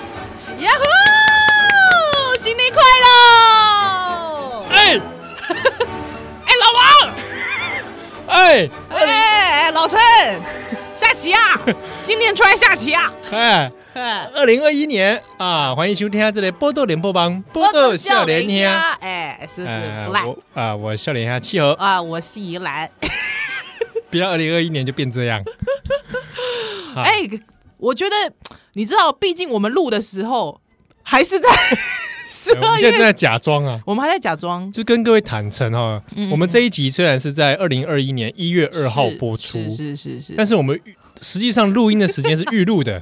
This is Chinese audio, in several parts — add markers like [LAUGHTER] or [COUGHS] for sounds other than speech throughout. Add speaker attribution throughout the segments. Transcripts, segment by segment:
Speaker 1: 哎
Speaker 2: 哎哎
Speaker 1: 棋
Speaker 2: [LAUGHS]
Speaker 1: 啊！新年出来下棋啊！
Speaker 2: 哎，
Speaker 1: 哎，
Speaker 2: 二零二一年啊，欢迎收听这里波豆联播帮，波豆笑脸兄，
Speaker 1: 呀，哎，是不是
Speaker 2: 哎
Speaker 1: 不赖
Speaker 2: 我啊，我笑脸兄契合，
Speaker 1: 啊？我是宜兰，
Speaker 2: 不要二零二一年就变这
Speaker 1: [LAUGHS]
Speaker 2: 样。啊
Speaker 1: 哎，我觉得你知道，毕竟我们录的时候还是在十
Speaker 2: [LAUGHS] 哎我
Speaker 1: 二
Speaker 2: 们现在正
Speaker 1: 月，
Speaker 2: 在假装啊，
Speaker 1: 我们还在假装
Speaker 2: 就跟各位坦诚哦，我们这一集虽然是在二零二一年一月二号
Speaker 1: 嗯是
Speaker 2: 播出，
Speaker 1: 是是是是
Speaker 2: 但是我们预实际上录音的时间是预录
Speaker 1: [LAUGHS]
Speaker 2: 的。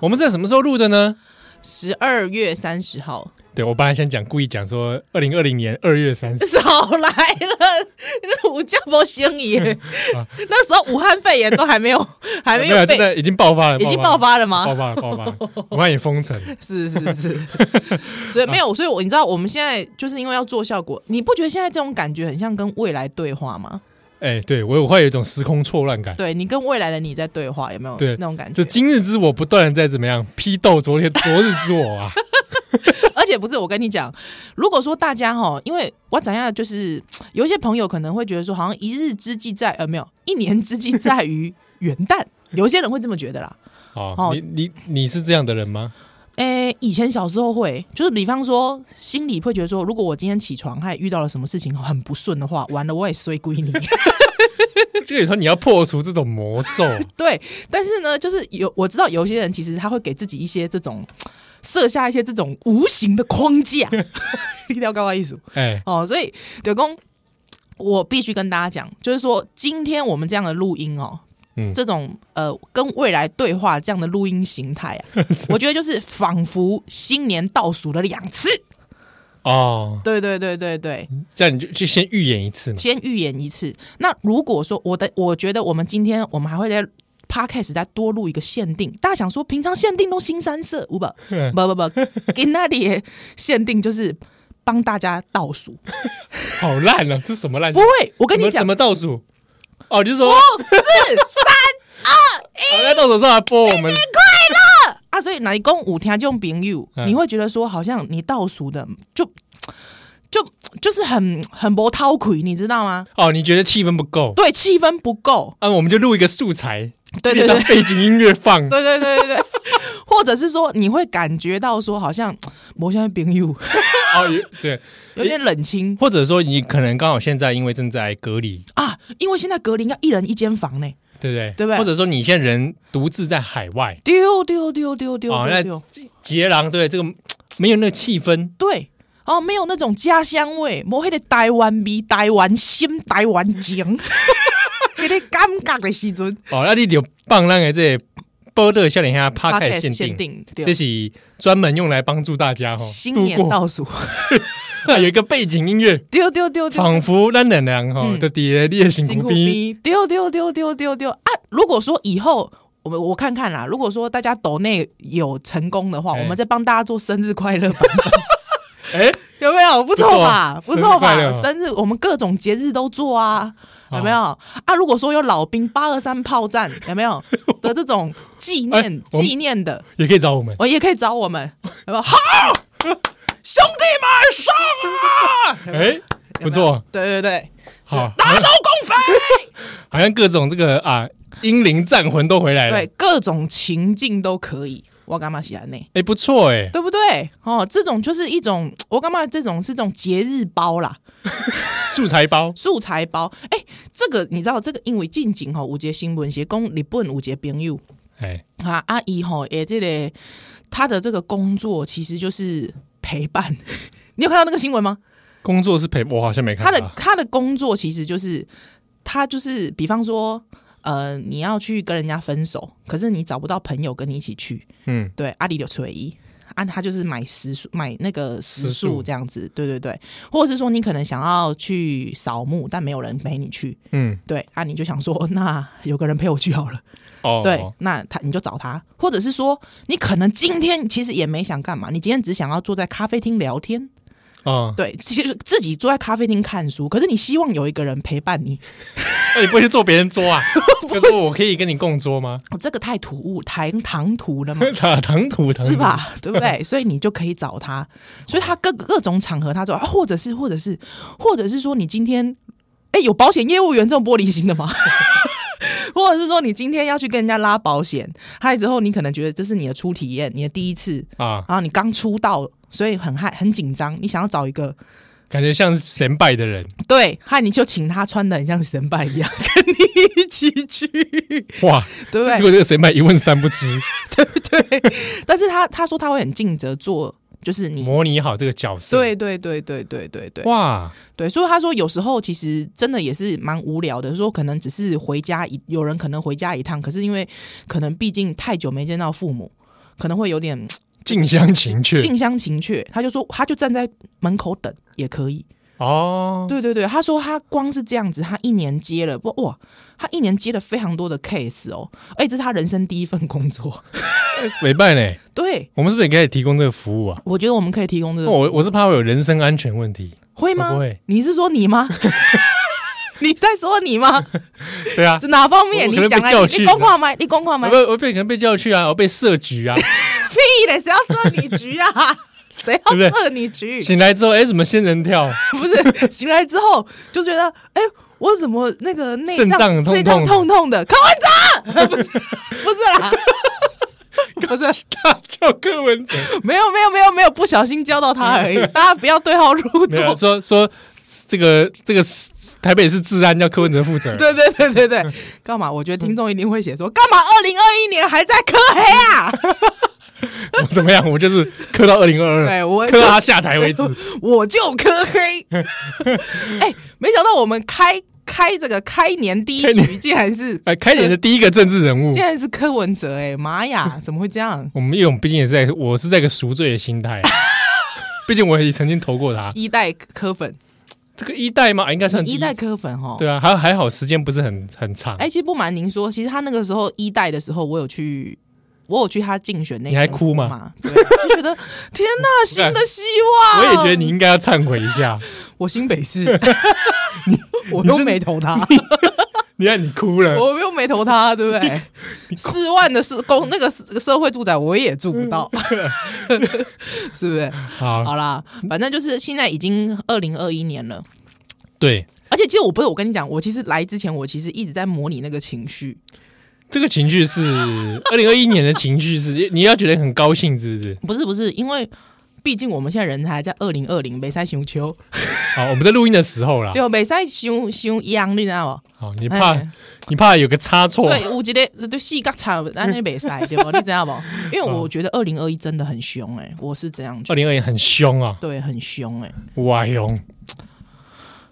Speaker 2: 我们是在什么时候录的呢？
Speaker 1: 十二月三十号，
Speaker 2: 对我本来想讲，故意讲说二零二零年二
Speaker 1: [LAUGHS]
Speaker 2: 月三十，
Speaker 1: 少来了，那我叫不行耶。那时候武汉肺炎都还没有，
Speaker 2: [LAUGHS]
Speaker 1: 还没有
Speaker 2: 真
Speaker 1: 被，
Speaker 2: 的已经爆发了，
Speaker 1: 已经爆发了吗？
Speaker 2: 爆发了，爆发了，武汉也封城，
Speaker 1: 是是
Speaker 2: [LAUGHS]
Speaker 1: 是，所以没有，所以我你知道我们现在就是因为要做效果，你不觉得现在这种感觉很像跟未来对话吗？
Speaker 2: 哎，对我我会有一种时空错乱感。
Speaker 1: 对你跟未来的你在对话，有没有？
Speaker 2: 对
Speaker 1: 那种感
Speaker 2: 就
Speaker 1: 觉。
Speaker 2: 今日之我不断的在怎么样批斗昨 [LAUGHS] 天昨日之我啊，
Speaker 1: 而且不是我跟你讲，如果说大家哈，因为我怎样，啊就是有一些朋友可能会觉得说，好像一日之计在呃没有，一年之计在于元
Speaker 2: [LAUGHS]
Speaker 1: 旦，有一些人会这么觉得啦。
Speaker 2: 哦
Speaker 1: 哦，
Speaker 2: 你你你是这样的人吗？
Speaker 1: 诶，以前小时候会，就是比方说，心里会觉得说，如果我今天起床还遇到了什么事情很不顺的话，完了我也衰归你。
Speaker 2: 这个时候你要破除这种魔咒，
Speaker 1: 对，但是呢，就是有我知道有些人其实他会给自己一些这种呃设下一些这种无形的框架， [LAUGHS] 你了解我意思
Speaker 2: [LAUGHS] 哎，
Speaker 1: 哦，所以德公。我必须跟大家讲，就是说，今天我们这样的录音哦，
Speaker 2: 嗯
Speaker 1: 这种呃跟未来对话这样的录音形态啊，我觉得就是仿佛新年倒数了两次。
Speaker 2: 哦，
Speaker 1: 对对对对对，
Speaker 2: 这样你就就先预演一 [LAUGHS] 次嘛，
Speaker 1: 先预演一次。那如果说我的，我觉得我们今天我们还会在 podcast 再多录一个限定。大家想说，平常限定都新三色，
Speaker 2: [LAUGHS]
Speaker 1: 五不不不不，给那里限定就是帮大家倒数。
Speaker 2: 好烂啊，这什么烂？
Speaker 1: 不会，我
Speaker 2: 我
Speaker 1: 跟你讲
Speaker 2: 怎，么倒数？哦，就是说五、四、三、二、一，在倒数上来播我们，
Speaker 1: 啊，所以哪一公五天就用朋友，
Speaker 2: 嗯
Speaker 1: 你会觉得说好像你倒数的就就就是很很不掏亏，你知道吗？
Speaker 2: 哦，你觉得气氛不够？
Speaker 1: 对，气氛不够。
Speaker 2: 啊，我们就录一个素材，
Speaker 1: 对对对
Speaker 2: 当背景音乐放。
Speaker 1: 对对对对对， [LAUGHS] 或者是说你会感觉到说好像我现在朋友 [LAUGHS]
Speaker 2: 哦，有对，
Speaker 1: 有点冷清。
Speaker 2: 或者说你可能刚好现在因为正在隔离，
Speaker 1: 啊，因为现在隔离要一人一间房呢。
Speaker 2: 对不对？
Speaker 1: 对不对
Speaker 2: 或者说你现在人独自在海外，
Speaker 1: 丢丢丢丢丢
Speaker 2: 哦，那
Speaker 1: 丢丢，
Speaker 2: 杰郎对这个没有那个气氛，
Speaker 1: 对。哦，没有那种家乡味，摸黑的台湾味、台湾心、台湾
Speaker 2: [LAUGHS]
Speaker 1: 情，你的感觉的时阵，
Speaker 2: 哦，那你就放那个这波特笑脸下 p
Speaker 1: 它
Speaker 2: a
Speaker 1: 开
Speaker 2: r
Speaker 1: 始
Speaker 2: 限
Speaker 1: 限
Speaker 2: 定，
Speaker 1: 定，
Speaker 2: 这
Speaker 1: 对，
Speaker 2: 是专门用来帮助大家哦，
Speaker 1: 新
Speaker 2: 度
Speaker 1: 年
Speaker 2: 过
Speaker 1: 倒数，
Speaker 2: 啊，有一个背景音乐，
Speaker 1: 丢丢丢丢，
Speaker 2: 仿佛咱两人吼
Speaker 1: 嗯
Speaker 2: 都伫你哦的身躯
Speaker 1: 辛苦
Speaker 2: 边，
Speaker 1: 你，丢丢丢丢丢丢啊！如果说以后我们我看看啦，如果说大家抖内有成功的话，
Speaker 2: 哎
Speaker 1: 我们再帮大家做生日快乐版
Speaker 2: 哎，
Speaker 1: [LAUGHS] 有没有不错吧？
Speaker 2: 不错
Speaker 1: 不错吧
Speaker 2: 生日快乐？
Speaker 1: 生日我们各种节日都做啊，
Speaker 2: 哦
Speaker 1: 有没有啊？如果说有老兵八二三炮战，有没
Speaker 2: [LAUGHS]
Speaker 1: 有的这种纪念
Speaker 2: 哎我们
Speaker 1: 纪念的，
Speaker 2: 也可以找我
Speaker 1: [LAUGHS]
Speaker 2: 们。
Speaker 1: 我也可以找我们，有没有？好，兄弟们上啊！有没有
Speaker 2: 哎，不错，，
Speaker 1: 有没有对对对，
Speaker 2: 好，打老公飞， [LAUGHS] 好像各种这个啊，英灵战魂都回来了。
Speaker 1: 对，各种情境都可以。我干嘛喜欢呢？
Speaker 2: 哎，不错哎，
Speaker 1: 对不对？哦，这种就是一种，我干嘛这种是这种节日包啦。
Speaker 2: 素材包
Speaker 1: 素材包，哎、这个你知道，这个因为近景吼，有一个新闻是讲日本有一个朋友
Speaker 2: 哎，
Speaker 1: 啊，阿姨吼，诶，这个他的这个工作其实就是陪伴。 [LAUGHS] 你有看到那个新闻吗？
Speaker 2: 工作是陪我好像没看
Speaker 1: 他
Speaker 2: 到
Speaker 1: 的他的工作其实就是他就是，比方说，呃，你要去跟人家分手，可是你找不到朋友跟你一起去，
Speaker 2: 嗯，
Speaker 1: 对，阿里有垂一。啊，他就是买时数，买那个时
Speaker 2: 时数
Speaker 1: 数这样子，对对对，或者是说你可能想要去扫墓，但没有人陪你去，
Speaker 2: 嗯
Speaker 1: 对啊，你就想说，那有个人陪我去好了。
Speaker 2: 哦
Speaker 1: [LAUGHS] 对，那他你就找他，或者是说，你可能今天其实也没想干嘛，你今天只想要坐在咖啡厅聊天，
Speaker 2: 哦，
Speaker 1: 对，其实自己坐在咖啡厅看书，可是你希望有一个人陪伴你，
Speaker 2: 那你不会去坐别人
Speaker 1: [LAUGHS]
Speaker 2: 桌啊？就说我可以跟你共桌吗？，
Speaker 1: 哦、这个太突兀、太唐突了嘛
Speaker 2: 唐唐土
Speaker 1: 是？吧？ [LAUGHS] 对不对？所以你就可以找他，所以他各各种场合他做，啊或者是或者是或者是说，你今天哎有保险业务员这种玻璃心的吗？ [LAUGHS] 或者是说你今天要去跟人家拉保险，还有之后你可能觉得这是你的初体验，你的第一次，
Speaker 2: 啊，
Speaker 1: 然后你刚出道，所以很害很紧张，你想要找一个
Speaker 2: 感觉像是神拜的人，
Speaker 1: 对，害你就请他穿的很像神拜一样 [LAUGHS] 跟你一起去，
Speaker 2: 哇！
Speaker 1: 对不
Speaker 2: 结
Speaker 1: 对？
Speaker 2: 果这个神拜一问三不知，
Speaker 1: 但是他他说他会很尽责做，就是你。
Speaker 2: 模拟好这个角色，，
Speaker 1: 对对对对对对对
Speaker 2: 哇，
Speaker 1: 对，所以他说有时候其实真的也是蛮无聊的，说可能只是回家一有人可能回家一趟，可是因为可能毕竟太久没见到父母，可能会有点
Speaker 2: 近乡情怯
Speaker 1: 近乡情怯。他就说他就站在门口等也可以，
Speaker 2: 哦，
Speaker 1: 对对对，他说他光是这样子，他一年接了不哇，他一年接了非常多的 case 哦，哎，这是他人生第一份工作。 [LAUGHS]
Speaker 2: 没办呢，
Speaker 1: 对，
Speaker 2: 我们是不是也可以提供这个服务啊？
Speaker 1: 我觉得我们可以提供这
Speaker 2: 那
Speaker 1: 个，
Speaker 2: 我我是怕会有人身安全问题，
Speaker 1: 会吗？
Speaker 2: 哦会不会
Speaker 1: 你是说你吗？ [LAUGHS] 你在说你
Speaker 2: [LAUGHS]
Speaker 1: 吗？
Speaker 2: 对啊，
Speaker 1: 是哪方面？
Speaker 2: 我
Speaker 1: 你
Speaker 2: 可能
Speaker 1: 讲
Speaker 2: 被
Speaker 1: 来，
Speaker 2: 叫
Speaker 1: 你
Speaker 2: 去
Speaker 1: 你公话吗？你公话
Speaker 2: 我
Speaker 1: 吗？
Speaker 2: 被我被可能被叫去啊，我被设局
Speaker 1: [LAUGHS]
Speaker 2: 啊，
Speaker 1: 屁嘞，谁要设你局
Speaker 2: [LAUGHS]
Speaker 1: 啊？谁要
Speaker 2: 对不
Speaker 1: 设你局？
Speaker 2: 醒来之后，哎，怎么仙人
Speaker 1: [LAUGHS]
Speaker 2: 跳？
Speaker 1: 不是醒来之后就觉得，哎、我怎么那个内
Speaker 2: 肾
Speaker 1: 脏
Speaker 2: 脏痛
Speaker 1: 内脏
Speaker 2: 痛的
Speaker 1: 痛痛的？柯文哲 [LAUGHS] 不是不是
Speaker 2: [LAUGHS]
Speaker 1: 啦，不是
Speaker 2: 大叫柯文哲，
Speaker 1: 没有没有没有没有，不小心教到他
Speaker 2: [LAUGHS]
Speaker 1: 而已。大家不要对号入
Speaker 2: 没有啊
Speaker 1: 座。
Speaker 2: 说说这个这个台北市治安要柯文哲负责，
Speaker 1: 对对对对对，干嘛？我觉得听众一定会写
Speaker 2: [LAUGHS]
Speaker 1: 说，干嘛二零二一年还在科黑啊？
Speaker 2: 我怎么样？我就是磕到二零二二，
Speaker 1: 对我
Speaker 2: 磕到他下台
Speaker 1: [LAUGHS]
Speaker 2: 为止。
Speaker 1: 我就科
Speaker 2: [LAUGHS]
Speaker 1: 黑。哎、没想到我们开开这个开年第一
Speaker 2: 开
Speaker 1: 局，竟然是
Speaker 2: 哎，开年的第一个政治人物
Speaker 1: 竟，然是柯文哲、哎，妈 [LAUGHS] 呀，怎么会这样？
Speaker 2: 我们因为我们毕竟也是在，我是在一个赎罪的
Speaker 1: [LAUGHS]
Speaker 2: 心态，毕竟我也曾经投过他。
Speaker 1: 一代柯粉，
Speaker 2: 这个一代吗？啊应该算第
Speaker 1: 一代，柯粉哦。
Speaker 2: 对啊，还还好，时间不是很很长。
Speaker 1: 哎、其实不瞒您说，其实他那个时候一代的时候，我有去，我有去他竞选那一
Speaker 2: 你还
Speaker 1: 天
Speaker 2: 哭吗
Speaker 1: 嘛？对，就 [LAUGHS] 觉得天哪，新的希望。
Speaker 2: 我也觉得你，应该要忏悔一
Speaker 1: [LAUGHS]
Speaker 2: 下。
Speaker 1: 我新北 [LAUGHS] 市，我又没投 [LAUGHS] 他，
Speaker 2: 你看你哭了，
Speaker 1: 我又没投他，对不对？四万的是公那个社会住宅，我也住不到，嗯 [LAUGHS] 是不是？
Speaker 2: 好，
Speaker 1: 好啦，反正就是现在已经二零二一年了。
Speaker 2: 对
Speaker 1: 而且其实我不是，我跟你讲，我其实来之前，我其实一直在模拟那个情绪，
Speaker 2: 这个情绪是二零二一年的情绪是，你要觉得很高兴是不是？
Speaker 1: 不是不是，因为毕竟我们现在人还在二零二零，北塞熊秋，
Speaker 2: 好，我们在录音的时候啦。
Speaker 1: 对，北塞熊熊央，你知道吗？
Speaker 2: 好，哦你怕
Speaker 1: 哎
Speaker 2: 你怕有个差错，
Speaker 1: 对，有一个就细个差，安尼北塞对吧？你知道吗？因为我觉得二零二一真的很凶哎、我是这样觉得，
Speaker 2: 二零二一很凶啊，
Speaker 1: 对，很凶哎、
Speaker 2: 哇凶！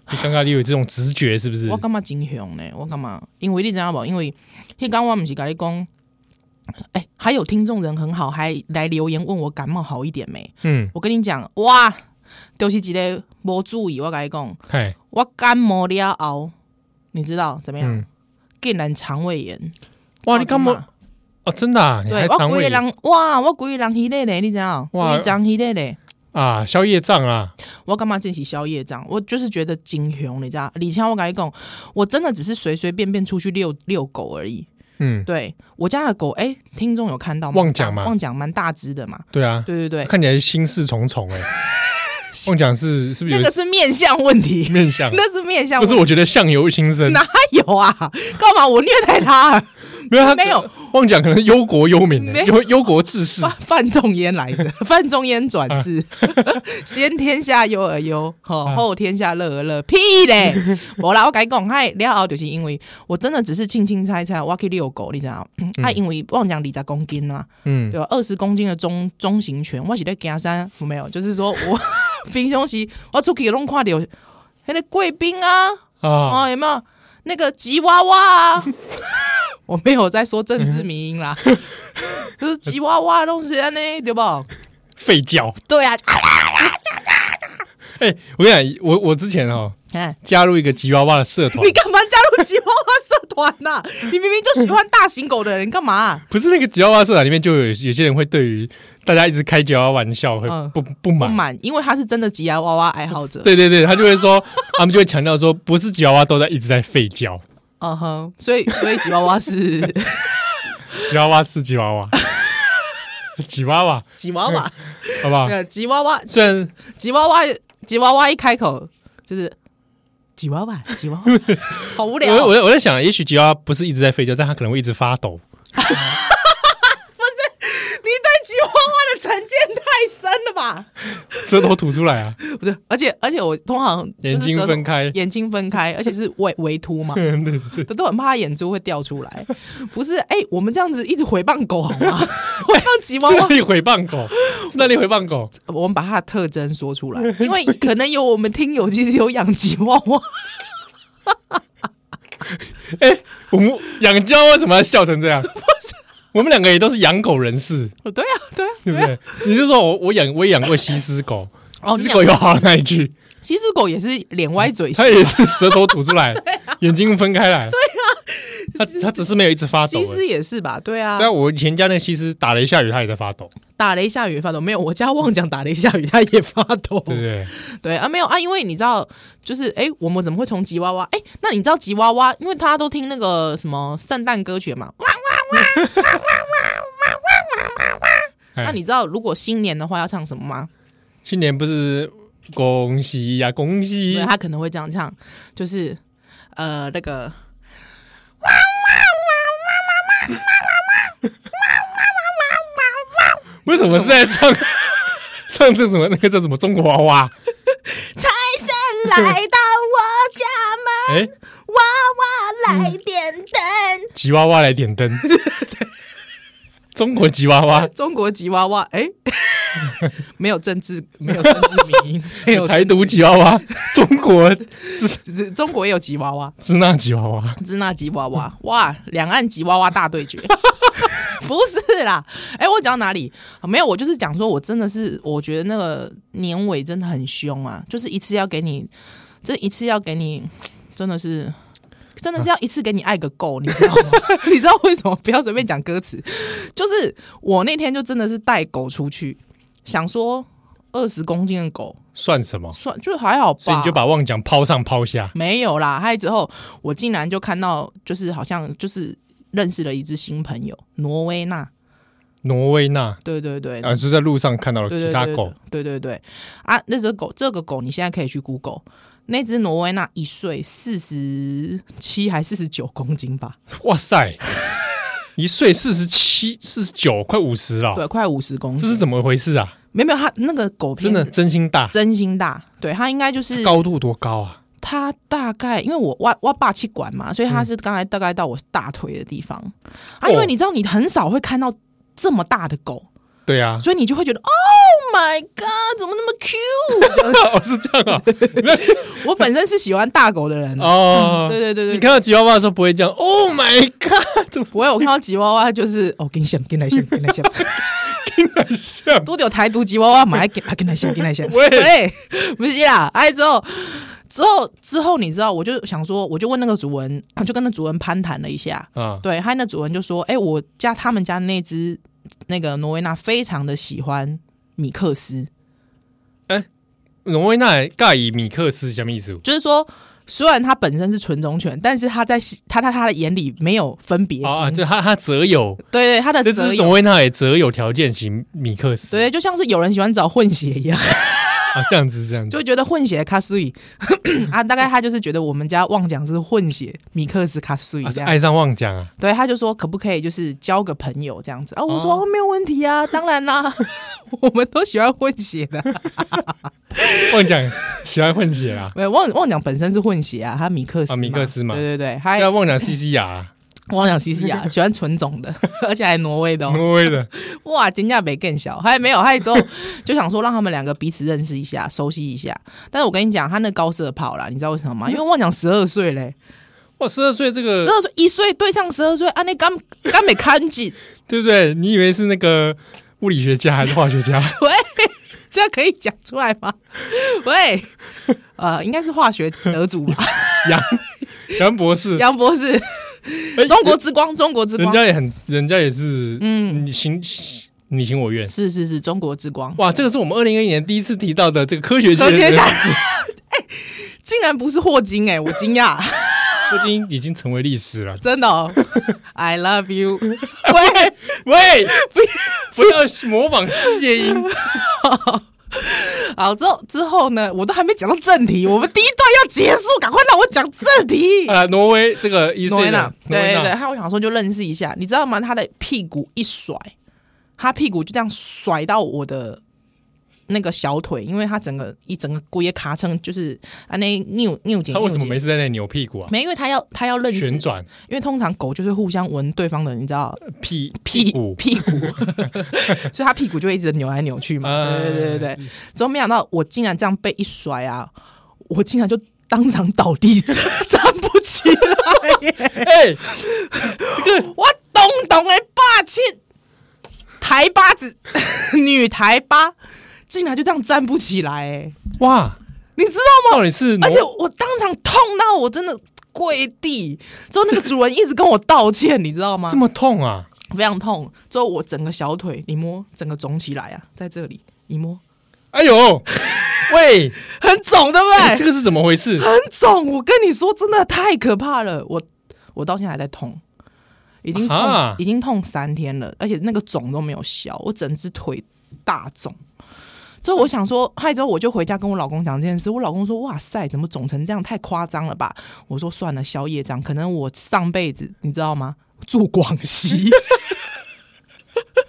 Speaker 2: 你刚刚你有这种直觉是不是
Speaker 1: 我？感觉真凶呢、欸我干嘛？因为你知道不？因为迄刚我不是跟你讲，哎、还有听众人很好，还来留言问我感冒好一点没？
Speaker 2: 嗯，
Speaker 1: 我跟你讲，哇，就是一个无注意，我跟你讲，
Speaker 2: 嗨，
Speaker 1: 我感冒了后，你知道怎么样？
Speaker 2: 嗯，
Speaker 1: 竟然肠胃炎，
Speaker 2: 哇，你干
Speaker 1: 我知
Speaker 2: 嘛
Speaker 1: 道？
Speaker 2: 哦，真的啊，你
Speaker 1: 对
Speaker 2: 还
Speaker 1: 我
Speaker 2: 肠
Speaker 1: 规
Speaker 2: 胃
Speaker 1: 个人哇，我规个人迄个嘞，你知道？
Speaker 2: 哇
Speaker 1: 规张迄个嘞，
Speaker 2: 啊，宵夜胀啊，
Speaker 1: 我干嘛这是宵夜账？我就是觉得惊雄，你知道？李强，我跟你讲，我真的只是随随便便出去遛遛狗而已。
Speaker 2: 嗯，
Speaker 1: 对我家的狗，哎、听众有看到吗？
Speaker 2: 旺奖嘛
Speaker 1: 旺奖蛮大只的嘛。
Speaker 2: 对啊，
Speaker 1: 对对对，
Speaker 2: 看起来心事重重
Speaker 1: [LAUGHS]
Speaker 2: 哎。梦讲是是不
Speaker 1: 那
Speaker 2: 是有
Speaker 1: 个是面相问题，
Speaker 2: 面相？
Speaker 1: [LAUGHS] 那是面相
Speaker 2: 不
Speaker 1: 问
Speaker 2: 是，
Speaker 1: 题。
Speaker 2: 我觉得相由心生，
Speaker 1: [LAUGHS] 哪有啊？干嘛我虐待它？
Speaker 2: 没有他
Speaker 1: 没有
Speaker 2: 妄讲，可能忧国忧民
Speaker 1: 没
Speaker 2: 欸，
Speaker 1: 有
Speaker 2: 忧忧国治世
Speaker 1: [LAUGHS] 范范仲淹来的，范仲淹转世，先天下忧而忧，吼后天下乐而乐，屁嘞！无啦，我甲你讲，嗨，了后就是因为我真的只是轻轻猜猜，我去遛狗，你知道？啊，因为忘讲二十公斤嘛，
Speaker 2: 嗯，
Speaker 1: 对吧？二十公斤的中中型犬，我是在行山，有没有？就是说我 [LAUGHS] 平常时我出去拢看到那个贵宾啊，
Speaker 2: 啊，
Speaker 1: 哦，有没有那个吉娃娃啊？ [LAUGHS] 我没有在说政治迷因啦， [LAUGHS] 就是吉娃娃的东西呢，对不？
Speaker 2: 吠叫。
Speaker 1: 对啊，
Speaker 2: 哎，我跟你讲，我我之前哦
Speaker 1: 哎，
Speaker 2: 加入一个吉娃娃的社
Speaker 1: [LAUGHS]
Speaker 2: 团
Speaker 1: 你，干嘛加入吉娃娃社团呐、 [LAUGHS] 你明明就喜欢大型狗的人，干嘛、
Speaker 2: 不是那个吉娃娃社团啊里面就有有些人会对于大家一直开吉娃娃玩笑会
Speaker 1: 嗯
Speaker 2: 不不
Speaker 1: 不
Speaker 2: 满，
Speaker 1: 满，因为他是真的吉娃娃爱好者。，
Speaker 2: 对对对，他就会说， [LAUGHS] 他们就会强调说，不是吉娃娃都在一直在吠叫，
Speaker 1: 嗯哼，所以所以吉娃娃是
Speaker 2: 吉娃娃是吉娃 [LAUGHS] 娃，吉娃娃，
Speaker 1: [LAUGHS] 吉娃 [LAUGHS] 娃，
Speaker 2: 好不好？
Speaker 1: 吉娃娃，
Speaker 2: 虽然
Speaker 1: 吉娃娃，吉娃娃一开口就是吉娃娃，吉娃娃， [LAUGHS] 好无聊、
Speaker 2: 我
Speaker 1: 哦。
Speaker 2: 我在我在想，也许吉娃娃不是一直在吠叫，但它可能会一直发抖。
Speaker 1: 你对吉娃娃的成见太深了吧？
Speaker 2: 舌头吐出来啊， [LAUGHS]
Speaker 1: [LAUGHS] 不是，而且而且我通常就是
Speaker 2: 眼睛
Speaker 1: 舌头
Speaker 2: 分
Speaker 1: [LAUGHS]
Speaker 2: 开
Speaker 1: 眼睛分开，而且是微微凸嘛，对对 [LAUGHS] 对，都很怕眼珠会掉出来。不是，哎、我们这样子一直回谤狗好吗？ [LAUGHS] 回谤吉娃
Speaker 2: 那
Speaker 1: 娃，
Speaker 2: 里回谤狗，那里回谤狗，
Speaker 1: 我们把它的特征说出来，因为可能有我们听友其实有养吉娃娃，
Speaker 2: 我们养家为什么要笑成这样？我们两个也都是养狗人士，
Speaker 1: 对啊，对啊，
Speaker 2: 对
Speaker 1: [LAUGHS]
Speaker 2: 不对？你就说我我养我也养过西施狗，
Speaker 1: 哦，
Speaker 2: 西
Speaker 1: 你
Speaker 2: 施
Speaker 1: 养
Speaker 2: 狗有好到哪里去？
Speaker 1: 其实狗也是脸歪嘴斜
Speaker 2: 它，也是舌头吐出
Speaker 1: [LAUGHS]
Speaker 2: 来，
Speaker 1: 啊
Speaker 2: 眼睛分开来。对啊，它它只是没有一直发抖而
Speaker 1: 其
Speaker 2: 已。
Speaker 1: 实也是吧，对啊，哦
Speaker 2: 对啊，我以前家那个西施打了一下雨，它也在发抖，
Speaker 1: 打雷下雨发抖，没有，我家忘讲打雷下雨，它也发抖，
Speaker 2: 对不对？
Speaker 1: 对啊，没有啊，因为你知道，就是哎、诶我们怎么会从吉娃娃？哎、那你知道吉娃娃，因为大家都听那个什么圣诞歌曲嘛，啊哇
Speaker 2: 哎
Speaker 1: 那你知道如果新年的话要唱什么吗？
Speaker 2: 新年不是恭喜呀、恭喜
Speaker 1: 对，！
Speaker 3: 嗯
Speaker 1: 他可能会这样唱，就是呃那个。
Speaker 2: 为什么是
Speaker 1: [LAUGHS]
Speaker 2: 在唱唱这什么那个叫什么中国娃娃？
Speaker 3: [LAUGHS] 财神来到我家门，
Speaker 2: 哎、
Speaker 3: 娃娃来
Speaker 1: 嗯
Speaker 3: 点灯。
Speaker 2: 吉娃娃来点灯，中国吉娃娃，
Speaker 1: [LAUGHS] 中国吉娃娃，哎、 [LAUGHS] 没有
Speaker 3: [LAUGHS]
Speaker 1: 政治，没有政治迷因，没有
Speaker 2: 台独吉娃娃，中国支
Speaker 1: [LAUGHS] 只只中国也有吉娃娃，
Speaker 2: 支那吉娃娃，
Speaker 1: 支那吉娃娃，哇，两岸吉娃娃大对决。 [LAUGHS] 不是啦，哎、我讲到哪里？没有，我就是讲说，我真的是，我觉得那个年尾真的很凶啊，就是一次要给你，这一次要给你，真的是，真的是要一次给你爱个够，你知道吗？ [LAUGHS] 你知道为什么不要随便讲歌词？就是我那天就真的是带狗出去，想说二十公斤的狗
Speaker 2: 算什么？
Speaker 1: 算就还好吧，
Speaker 2: 所以你就把旺奖抛上抛下，
Speaker 1: 没有啦，还之后我竟然就看到，就是好像就是认识了一只新朋友，挪威娜，
Speaker 2: 挪威那
Speaker 1: 对对对，
Speaker 2: 啊，就在路上看到
Speaker 1: 嗯
Speaker 2: 了
Speaker 1: 对
Speaker 2: 其
Speaker 1: 对
Speaker 2: 他
Speaker 1: 对
Speaker 2: 狗，，
Speaker 1: 对对对啊，那只狗，这个狗你现在可以去 Google，那只挪威娜一岁四十七还四十九公斤吧，
Speaker 2: 哇塞， [LAUGHS] 一岁四十七、四十九，快五十了，
Speaker 1: 对，快五十公斤，
Speaker 2: 这是怎么回事啊？
Speaker 1: 没有没有，它那个狗
Speaker 2: 真的
Speaker 1: 片子
Speaker 2: 真心大，
Speaker 1: 真心大，对，它应该就是
Speaker 2: 高度多高啊？
Speaker 1: 它大概因为我挖挖霸气管嘛，所以它是刚才大概到我大腿的地方、啊，因
Speaker 2: 哦
Speaker 1: 为你知道你很少会看到这么大的狗。
Speaker 2: 对啊，
Speaker 1: 所以你就会觉得，Oh my god，怎么那么 cute？
Speaker 2: [LAUGHS] 哦是
Speaker 1: [LAUGHS]
Speaker 2: 这样啊，
Speaker 1: 我本身是喜欢大狗的人，
Speaker 2: 哦，
Speaker 1: 对对对对
Speaker 2: 你看到吉娃娃的时候不会这样，Oh my God，怎么 [LAUGHS]
Speaker 1: 不会，我看到吉娃娃就是哦，跟想跟来想跟来想，
Speaker 2: 很像？
Speaker 1: 多有台独吉娃娃买给跟来想跟来想，
Speaker 2: 喂
Speaker 1: 喂，不是啦，哎之后。之后之后，你知道，我就想说，我就问那个主人，我就跟那主人攀谈了一下，
Speaker 2: 啊，
Speaker 1: 对，他那主人就说：“哎、我家他们家那只那个挪威娜非常的喜欢米克斯，
Speaker 2: 挪威那盖以米克斯是什么意思？
Speaker 1: 就是说，虽然它本身是纯种犬，但是它在它在它的眼里没有分别心，
Speaker 2: 啊，
Speaker 1: 对
Speaker 2: 就它它择友，
Speaker 1: 对，它的
Speaker 2: 这
Speaker 1: 择
Speaker 2: 只
Speaker 1: 友，
Speaker 2: 挪威那也择友条件型米克斯，
Speaker 1: 对，就像是有人喜欢找混血一
Speaker 2: [LAUGHS]
Speaker 1: 样，
Speaker 2: 啊，这样子这样子
Speaker 1: 就，会觉得混血卡苏伊 [COUGHS] 啊，大概他就是觉得我们家旺讲是混血米克斯卡苏伊
Speaker 2: 啊
Speaker 1: 这
Speaker 2: 是
Speaker 1: 样，
Speaker 2: 爱上旺奖啊，
Speaker 1: 对，他就说可不可以就是交个朋友这样子啊？我说、
Speaker 2: 哦
Speaker 1: 哦、没有问题啊，当然啦， [LAUGHS] 我们都喜欢混血的，
Speaker 2: 旺奖喜欢混血啊，
Speaker 1: 没有旺旺讲本身是混血啊，他米克斯
Speaker 2: 啊米克斯嘛
Speaker 1: 对对对，还
Speaker 2: 要旺奖 C C 啊，
Speaker 1: 旺讲 C C 啊，喜欢纯种的， [LAUGHS] 而且还挪威的、哦。
Speaker 2: 挪威的，
Speaker 1: 哇，金价没更小，还没有，还 [LAUGHS] 之后就想说让他们两个彼此认识一下，熟悉一下。但是我跟你讲，他那高射炮啦，你知道为什么吗？因为忘讲十二岁嘞，
Speaker 2: 哇，十二岁这
Speaker 1: 十
Speaker 2: 个
Speaker 1: 二岁一岁对上十二岁，啊，那刚刚没看紧，
Speaker 2: 对不对？你以为是那个物理学家还是化学
Speaker 1: [LAUGHS]
Speaker 2: 家？
Speaker 1: 喂， [LAUGHS] 这样可以讲出来吗？喂，呃，应该是化学得主吧， [LAUGHS]
Speaker 2: 杨杨博士，
Speaker 1: 杨博士，
Speaker 2: 哎
Speaker 1: 中国之光，中国之
Speaker 2: 人
Speaker 1: 光，
Speaker 2: 家也很，人家也是，嗯，你情你情我愿。
Speaker 1: 是是是中国之光，
Speaker 2: 哇，这个是我们二零二一年第一次提到的这个科学界
Speaker 1: 科
Speaker 2: 的
Speaker 1: 学
Speaker 2: 人
Speaker 1: 家， [LAUGHS] 哎，竟然不是霍金哎、我惊讶。
Speaker 2: 已经已经成为历史了。
Speaker 1: 真的、 [LAUGHS] 哦、，I love [LAUGHS] you。喂，
Speaker 2: 喂，不要不要模仿世界音，
Speaker 1: 好，之后之后呢，我都还没讲到正题，我们第一段要结束，赶快让我讲正题。
Speaker 2: [LAUGHS] 啊，挪威这个一
Speaker 1: 诺
Speaker 2: 岁
Speaker 1: 维
Speaker 2: 的
Speaker 1: 娜，
Speaker 2: 挪
Speaker 1: 对
Speaker 2: 威
Speaker 1: 对
Speaker 2: 娜
Speaker 1: 对，他我想说就认识一下，你知道吗？他的屁股一甩，他屁股就这样甩到我的那个小腿，因为他整个一整个龟也卡成就是啊那扭扭紧。
Speaker 2: 他为什么
Speaker 1: 扭紧
Speaker 2: 没事在那里扭屁股啊？
Speaker 1: 没？因为他要他要认识
Speaker 2: 旋，转
Speaker 1: 因为通常狗就是互相闻对方的，你知道
Speaker 2: 屁
Speaker 1: 屁
Speaker 2: 股，
Speaker 1: 屁股， [LAUGHS] 所以他屁股就会一直扭来扭去嘛。
Speaker 2: 啊
Speaker 1: 对对对对对，之后没想到我竟然这样被一甩啊，我竟然就当场倒地， [LAUGHS] 站不起来耶。
Speaker 2: 哎，
Speaker 1: 我懂懂的霸气，台巴子， [LAUGHS] 女台巴，竟然就这样站不起来、欸，
Speaker 2: 哇，
Speaker 1: 你知道吗？
Speaker 2: 到底是挪
Speaker 1: 而且我当场痛到我真的跪地，之后那个主人一直跟我道歉，你知道吗
Speaker 2: 这？么痛啊？
Speaker 1: 非常痛，之后我整个小腿，你摸，整个肿起来啊，在这里，你摸，
Speaker 2: 哎
Speaker 1: [LAUGHS]
Speaker 2: 呦，喂，
Speaker 1: 很肿，对
Speaker 2: 哎
Speaker 1: 不
Speaker 2: 这
Speaker 1: 对？
Speaker 2: 个是怎么回事？
Speaker 1: 很肿，我跟你说，真的太可怕了，我我到现在还在痛。已经痛、
Speaker 2: 啊
Speaker 1: 已经痛三天了，而且那个肿都没有消，我整只腿大肿。所以我想说，害之后我就回家跟我老公讲这件事。我老公说：“哇塞，怎么肿成这样？太夸张了吧！”我说：“算了，宵夜这样，可能我上辈子你知道吗？住广西， [LAUGHS]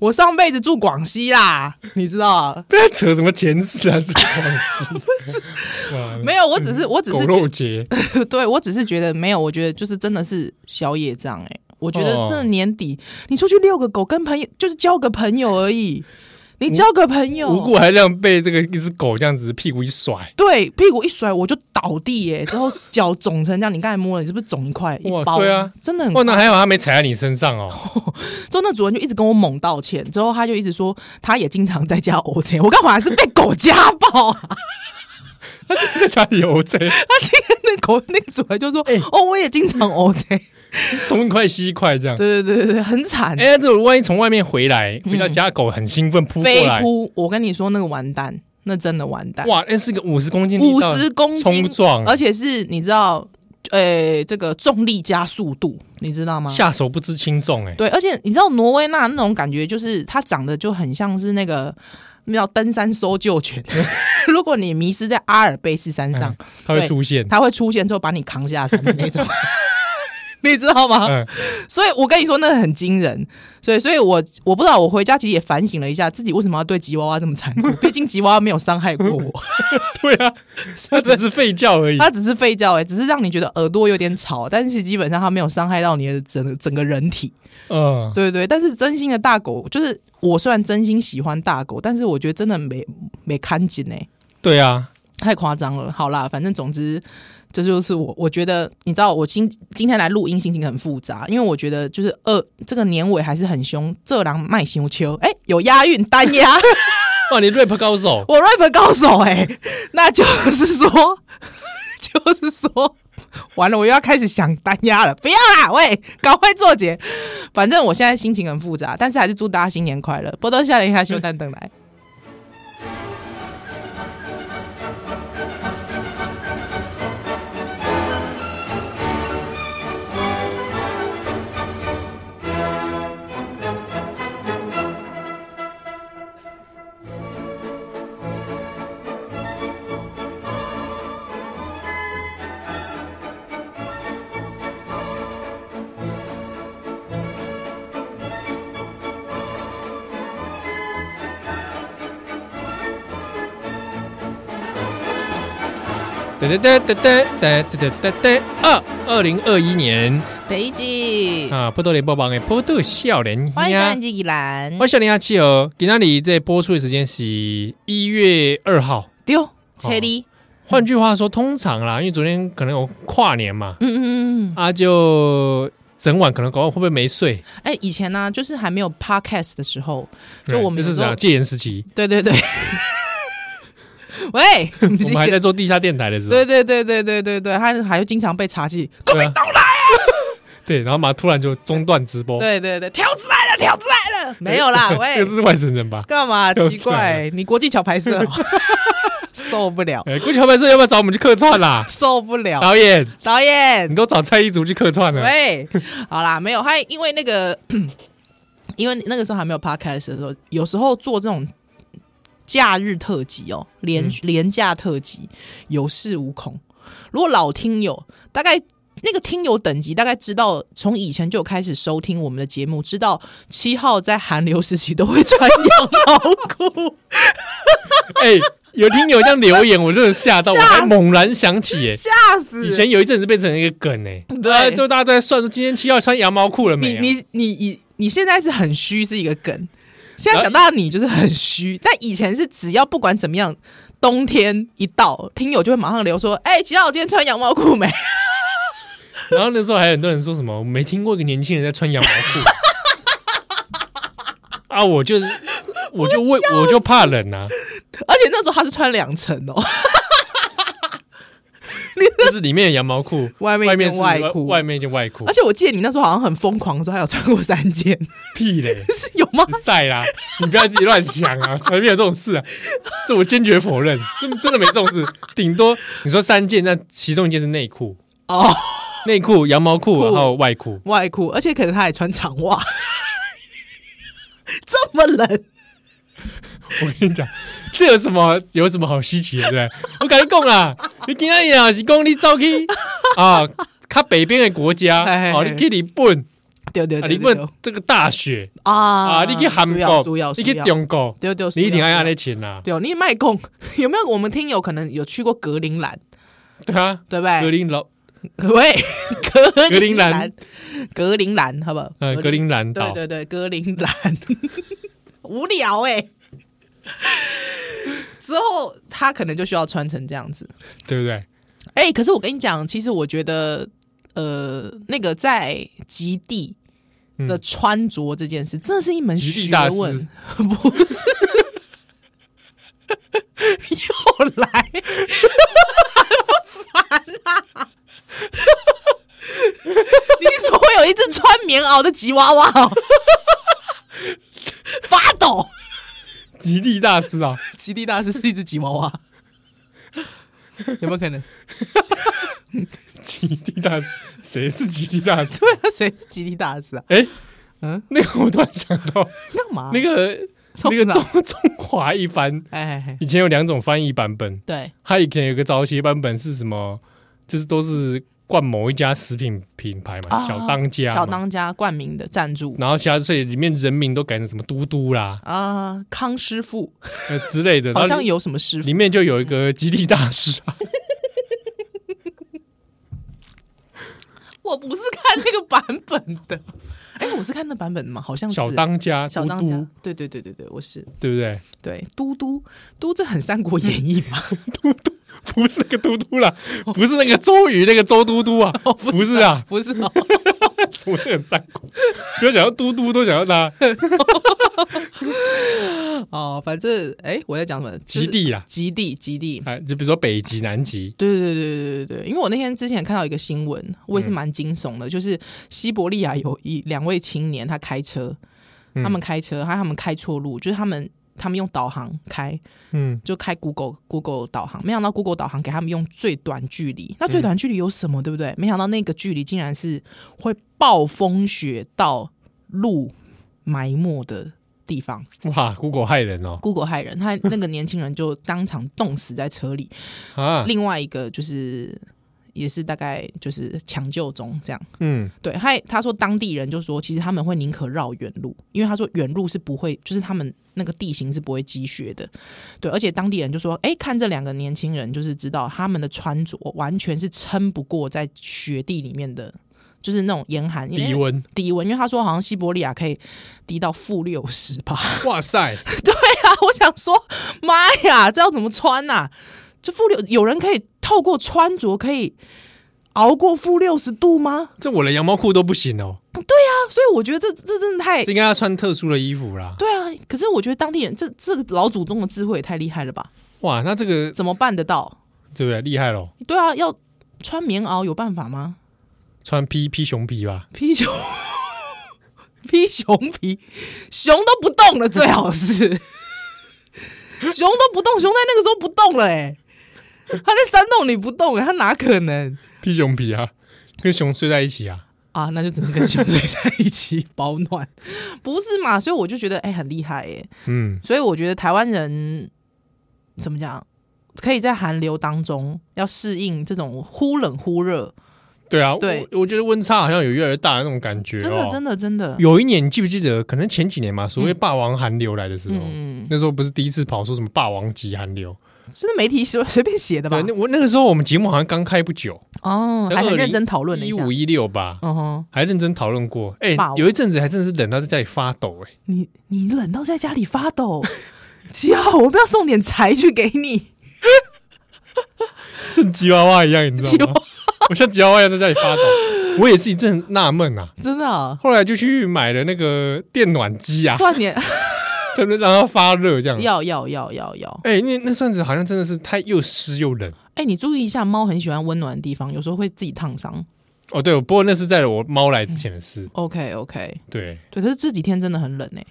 Speaker 1: 我上辈子住广西啦，你知道啊？
Speaker 2: 不要扯什么前世啊，这个东西哇
Speaker 1: 没有，我只是我 [LAUGHS] 只
Speaker 2: 狗
Speaker 1: 是觉
Speaker 2: 肉节，
Speaker 1: [LAUGHS] 对我只是觉得没有，我觉得就是真的是宵夜这样哎、我觉得
Speaker 2: 哦
Speaker 1: 这年底、你出去遛个狗，跟朋友就是交个朋友而已，你交个朋友，
Speaker 2: 无故还这样被这个一只狗这样子屁股一甩，
Speaker 1: 对屁股一甩我就倒地哎、之后脚肿成这样，你刚才摸了，你是不是肿一块一
Speaker 2: 哇
Speaker 1: 包？
Speaker 2: 对啊，
Speaker 1: 真的很
Speaker 2: 哇，那还好它没踩在你身上
Speaker 1: [LAUGHS]
Speaker 2: 哦。
Speaker 1: 之后那主人就一直跟我猛道歉，之后他就一直说他也经常在家 O J，我干嘛是被狗家暴啊？ [LAUGHS]
Speaker 2: 在家里
Speaker 1: 他
Speaker 2: OJ，
Speaker 1: 今天那狗那个主人就说、
Speaker 2: 哎
Speaker 1: 哦，我也经常 O J，
Speaker 2: 东一块西一块这
Speaker 1: [LAUGHS]
Speaker 2: 样。
Speaker 1: 对对对对对，很惨。
Speaker 2: 哎，这种万一从外面回来，回到家狗很兴奋扑过
Speaker 1: 飞
Speaker 2: 来，
Speaker 1: 扑，我跟你说那个完蛋，那真的完蛋，
Speaker 2: 哇，那是个五十公斤力
Speaker 1: 五
Speaker 2: 道，
Speaker 1: 十公斤
Speaker 2: 冲撞，
Speaker 1: 而且是你知道，呃、这个重力加速度，你知道吗？
Speaker 2: 下手不知轻重，哎，
Speaker 1: 对，而且你知道挪威那那种感觉，就是它长得就很像是那个那叫登山搜救犬。 [LAUGHS] 如果你迷失在阿尔卑斯山上，
Speaker 2: 它会
Speaker 1: 对
Speaker 2: 出现。
Speaker 1: 它会出现之后把你扛下山的那种，你知道吗？
Speaker 2: 嗯，
Speaker 1: 所以我跟你说，那很惊人。所以，所以我我不知道，我回家其实也反省了一下，自己为什么要对吉娃娃这么残酷。毕竟吉娃娃没有伤害过我，
Speaker 2: 对啊，它只是吠叫而已。
Speaker 1: 它只是吠叫、欸，只是让你觉得耳朵有点吵，但是其实基本上它没有伤害到你的整整个人体。
Speaker 2: 嗯，
Speaker 1: 对对，但是真心的大狗，就是我虽然真心喜欢大狗，但是我觉得真的没没看紧哎、
Speaker 2: 对啊，
Speaker 1: 太夸张了。好啦，反正总之。这就是我，我觉得你知道，我今今天来录音心情很复杂，因为我觉得就是二这个年尾还是很凶，这狼卖熊秋，哎，有押韵单押，
Speaker 2: 哇，你 rap 高手，
Speaker 1: 我 rap 高手哎、 [LAUGHS] 那就是说， [LAUGHS] 就是说，完了，我又要开始想单押了，不要啦，喂，赶快做结。反正我现在心情很复杂，但是还是祝大家新年快乐。波多笑脸下修蛋等来。
Speaker 2: 哒哒哒哒哒哒哒哒哒，二二零二一年
Speaker 1: 第一季，
Speaker 2: 啊，波多连播榜的波多笑脸
Speaker 1: 欢迎收看《季依兰
Speaker 2: 欢》迎笑脸阿七儿，今天你这播出的时间是一月二号。
Speaker 1: 丢车
Speaker 2: 哦
Speaker 1: 里，
Speaker 2: 换句话说，通常啦，因为昨天可能有跨年嘛，
Speaker 1: 嗯嗯嗯嗯。
Speaker 2: 啊，就整晚可能搞到会不会没睡？
Speaker 1: 哎、以前呢、就是还没有 podcast 的时候，就
Speaker 2: 对
Speaker 1: 我们有
Speaker 2: 这是
Speaker 1: 时候
Speaker 2: 啥戒严时期，
Speaker 1: 对
Speaker 2: [LAUGHS]
Speaker 1: 对对。喂，我
Speaker 2: 我们还在做地下电台的时候，
Speaker 1: 对对对对对对对，他还会经常被查起，
Speaker 2: 对啊，对，然后马上突然就中断直播，
Speaker 1: 对对对，条子来了，条子来了，没有
Speaker 2: [LAUGHS]
Speaker 1: 啦，
Speaker 2: 哦哎这
Speaker 1: 喂
Speaker 2: 个，是外省人吧？
Speaker 1: 干嘛？
Speaker 2: 条子
Speaker 1: 奇怪，你国际桥牌
Speaker 2: [LAUGHS]
Speaker 1: 社哦、受不了，
Speaker 2: 哎，估计后半生要不要找我们去客串啦？
Speaker 1: 受不了，
Speaker 2: 导演，
Speaker 1: 导演
Speaker 2: 你，都找蔡依竹去客串了，
Speaker 1: 喂，好啦，没有，还因为那 [COUGHS] 个，因为那个时候还没有 podcast 的时候，有时候做这种假日特辑哦，
Speaker 3: 嗯
Speaker 1: 连廉价特辑有恃无恐。如果老听友大概那个听友等级大概知道，从以前就开始收听我们的节目，知道七号在寒流时期都会穿羊毛裤，
Speaker 2: 哎、有听友这样留言，我真的吓到，我还猛然想起、
Speaker 3: [LAUGHS]
Speaker 2: 哎，
Speaker 3: 吓死！
Speaker 2: 以前有一阵子变成一个梗、哎，
Speaker 1: 对
Speaker 2: 啊就大家都在算说今天七号穿羊毛裤了没、
Speaker 1: 你
Speaker 2: 啊？
Speaker 1: 你你你你现在是很虚，是一个梗。现在想到你就是很虚，但以前是只要不管怎么样，冬天一到，听友就会马上留说：“哎、七号今天穿羊毛裤没 [LAUGHS]
Speaker 2: 然后那时候还有很多人说什么，我没听过一个年轻人在穿羊毛
Speaker 1: [LAUGHS]
Speaker 2: 裤。啊，我就是，我就为我就怕冷啊，？”
Speaker 1: 而且那时候他是穿两层哦，
Speaker 2: 就是里面的羊毛裤，
Speaker 1: 外面一
Speaker 2: 外
Speaker 1: 件
Speaker 2: 面是
Speaker 1: 外裤啊
Speaker 2: 外面一件外裤
Speaker 1: 而，且我记得你那时候好像很疯狂的时候，还有穿过三件， [LAUGHS]
Speaker 2: 屁嘞，
Speaker 1: 是有吗？
Speaker 2: 晒啦！你不要自己乱想啊，才没有这种事啊！这我坚决否认，真真的没这种事。顶多你说三件，那其中一件是内裤，
Speaker 1: 哦，
Speaker 2: 内裤、羊毛裤，
Speaker 1: 裤
Speaker 2: 然后外裤。
Speaker 1: 外裤，而且可能他还穿长袜， [LAUGHS] 这么冷，
Speaker 2: 我跟你讲，这有什么有什么好稀奇的？对不对？我跟你讲啦，你今天也是讲你走去啊，看北边的国家，
Speaker 1: 哎
Speaker 2: 哦，你去日本，
Speaker 1: 对对
Speaker 2: 啊，
Speaker 1: 对
Speaker 2: 日
Speaker 1: 对对
Speaker 2: 本这个大雪
Speaker 1: 啊
Speaker 2: 啊，你去韩
Speaker 1: 输
Speaker 2: 国
Speaker 1: 要，
Speaker 2: 你去中国，
Speaker 1: 对对，
Speaker 2: 你一定要按
Speaker 1: 那
Speaker 2: 那钱啦，
Speaker 1: 对哦，你卖供 [LAUGHS] 有没有？我们听友可能有去过格陵兰，
Speaker 2: 对啊，
Speaker 1: 对哎不对？
Speaker 2: 格陵老
Speaker 1: [LAUGHS] 喂，格
Speaker 2: 格陵兰，
Speaker 1: 格陵兰，好不好？
Speaker 2: 呃格陵兰岛
Speaker 1: 对，对对，格陵兰， [LAUGHS] 无聊哎、 [LAUGHS] 之后他可能就需要穿成这样子。
Speaker 2: 对不对？
Speaker 1: 哎、可是我跟你讲，其实我觉得，呃，那个在极地的穿着这件事，真的是一门
Speaker 2: 极地
Speaker 1: 学
Speaker 2: 大
Speaker 1: 问， [LAUGHS] 不是？又来， [LAUGHS] 很烦啊！你是说会有一只穿棉袄的吉娃娃哦， [LAUGHS] 发抖？
Speaker 2: 极地大师啊， [LAUGHS]
Speaker 1: 极地大师是一只吉娃娃， [LAUGHS] 有没有可能？
Speaker 2: 极地大师，谁是极地大师？
Speaker 1: 对啊，谁是极地大师啊？
Speaker 2: 哎、
Speaker 1: 嗯，
Speaker 2: 那个我突然想到，
Speaker 1: 干嘛？
Speaker 2: 那个
Speaker 1: 冲
Speaker 2: 那个
Speaker 1: 浪
Speaker 2: 中 [LAUGHS] 中华一番
Speaker 1: [LAUGHS] 哎哎，哎
Speaker 2: [LAUGHS] 以前有两种翻译版本，
Speaker 1: 对，
Speaker 2: 它以前有个早期版本是什么？就是都是冠某一家食品品牌嘛，
Speaker 1: 啊
Speaker 2: 小当家嘛，
Speaker 1: 小当家冠名的赞助
Speaker 2: 然后其他所以里面人名都改成什么嘟
Speaker 1: [LAUGHS]
Speaker 2: 嘟啦
Speaker 1: 啊，康师傅
Speaker 2: 呃之类的，
Speaker 1: 好
Speaker 2: 然后
Speaker 1: 像嗯有什么师傅
Speaker 2: 里面就有一个极地大师啊，
Speaker 1: 我不是看那个版本的， [LAUGHS] 哎，我是看那版本的嘛，好像是
Speaker 2: 小当家
Speaker 1: 小
Speaker 2: 嘟
Speaker 1: 当家
Speaker 2: 嘟，，
Speaker 1: 对对对对对，我是
Speaker 2: 对不
Speaker 1: [LAUGHS]
Speaker 2: 对？
Speaker 1: 对嘟嘟嘟，这很《三国演义》
Speaker 2: [LAUGHS]
Speaker 1: 嘛，
Speaker 2: 不是那个嘟嘟啦，不是那个周瑜那个周
Speaker 1: [LAUGHS]
Speaker 2: 嘟嘟啊，不是啊，
Speaker 1: 不是哦，
Speaker 2: 什么这很三国，不要想要嘟嘟，都想要
Speaker 1: [LAUGHS]
Speaker 2: 他
Speaker 1: 哦，反正哎，我在讲什么？就是
Speaker 2: 极地啦，
Speaker 1: 极地，极地。
Speaker 2: 啊，就比如说北极、南极，
Speaker 1: 对对对对对对，因为我那天之前看到一个新闻，我也是蛮惊悚的，就是西伯利亚有一两位青年，他开车，
Speaker 2: 嗯
Speaker 1: 他们开车，还有他们开错路，就是他们他们用导航开，
Speaker 2: 嗯，
Speaker 1: 就开 Google Google 导航，没想到 Google 导航给他们用最短距离，那最短距离有什么，对不对？没想到那个距离竟然是会暴风雪到路埋没的地方。
Speaker 2: 哇，Google 害人哦
Speaker 1: Google 害人，他那个年轻人就当场冻死在车里，
Speaker 2: 啊，
Speaker 1: 另外一个就是呃也是大概就是抢救中这样。
Speaker 2: 嗯，
Speaker 1: 对，他他说当地人就说，其实他们会宁可绕远路，因为他说远路是不会，就是他们那个地形是不会积雪的。对，而且当地人就说，哎，看这两个年轻人，就是知道他们的穿着完全是撑不过在雪地里面的，就是那种严寒因为
Speaker 2: 低温，
Speaker 1: 低温，因为他说好像西伯利亚可以低到负六十吧。
Speaker 2: [LAUGHS] 哇塞，
Speaker 1: 对啊，我想说，妈呀，这要怎么穿呐、这负六，有人可以透过穿着可以熬过负六十度吗？
Speaker 2: 这我的羊毛裤都不行哦，
Speaker 1: 啊，所以我觉得这这真的太
Speaker 2: 这应该要穿特殊的衣服啦。
Speaker 1: 对啊。可是我觉得当地人这这个老祖宗的智慧也太厉害了吧？
Speaker 2: 哇，那这个
Speaker 1: 怎么办得到？
Speaker 2: 对不对？厉害咯，
Speaker 1: 对啊，要穿棉袄有办法吗？
Speaker 2: 穿披披熊皮吧，
Speaker 1: 披熊， [LAUGHS] 披熊皮，熊都不动了，最好是。熊都不动，熊在那个时候不动了、欸，哎，他在山洞里不动、欸，他哪可能？
Speaker 2: 披熊皮啊，跟熊睡在一起啊，
Speaker 1: 啊，那就只能跟熊 [LAUGHS] 睡在一起保暖，不是嘛？所以我就觉得，哎、很厉害耶、
Speaker 2: 嗯，
Speaker 1: 所以我觉得台湾人怎么讲，可以在寒流当中要适应这种忽冷忽热，
Speaker 2: 对啊，
Speaker 1: 对
Speaker 2: 我我觉得温差好像有越来越大的那种感觉、哦，
Speaker 1: 真的真的真的，
Speaker 2: 有一年你记不记得？可能前几年嘛，所谓霸王寒流来的时候，
Speaker 1: 嗯，
Speaker 2: 那时候不是第一次跑出什么霸王级寒流？
Speaker 1: 是媒体 [LAUGHS] 随随便写的吧
Speaker 2: 对，？那我那个时候我们节目好像刚开不久，
Speaker 1: 哦，还很认真讨论了一
Speaker 2: 一
Speaker 1: 下
Speaker 2: 五，一六吧，
Speaker 1: 嗯哼，
Speaker 2: 还认真讨论过。哎、
Speaker 1: 霸王
Speaker 2: 有一阵子还真的是冷到在家里发抖、哎，
Speaker 1: 你你冷到在家里发抖， [LAUGHS] 七号，我们要送点柴去给你，
Speaker 2: 像吉娃娃一样，你知
Speaker 1: 吉
Speaker 2: 道
Speaker 1: 娃 [LAUGHS]
Speaker 2: 吗？ [LAUGHS] 我像吉娃娃一样在家里发抖， [LAUGHS] 我也是一阵纳闷啊。
Speaker 1: 真的啊，
Speaker 2: 后来就去买了那个电暖机啊 [LAUGHS]
Speaker 1: 不，然你。
Speaker 2: 对不对？让它发热这样
Speaker 1: 要要要要要，
Speaker 2: 哎、那那阵子好像真的是太又湿又冷。
Speaker 1: 哎，你注意一下，猫很喜欢温暖的地方，有时候会自己烫伤。
Speaker 2: 哦，对，不过那是在我猫来之前的事。
Speaker 1: OK OK，
Speaker 2: 对，
Speaker 1: 对，可是这几天真的很冷哎、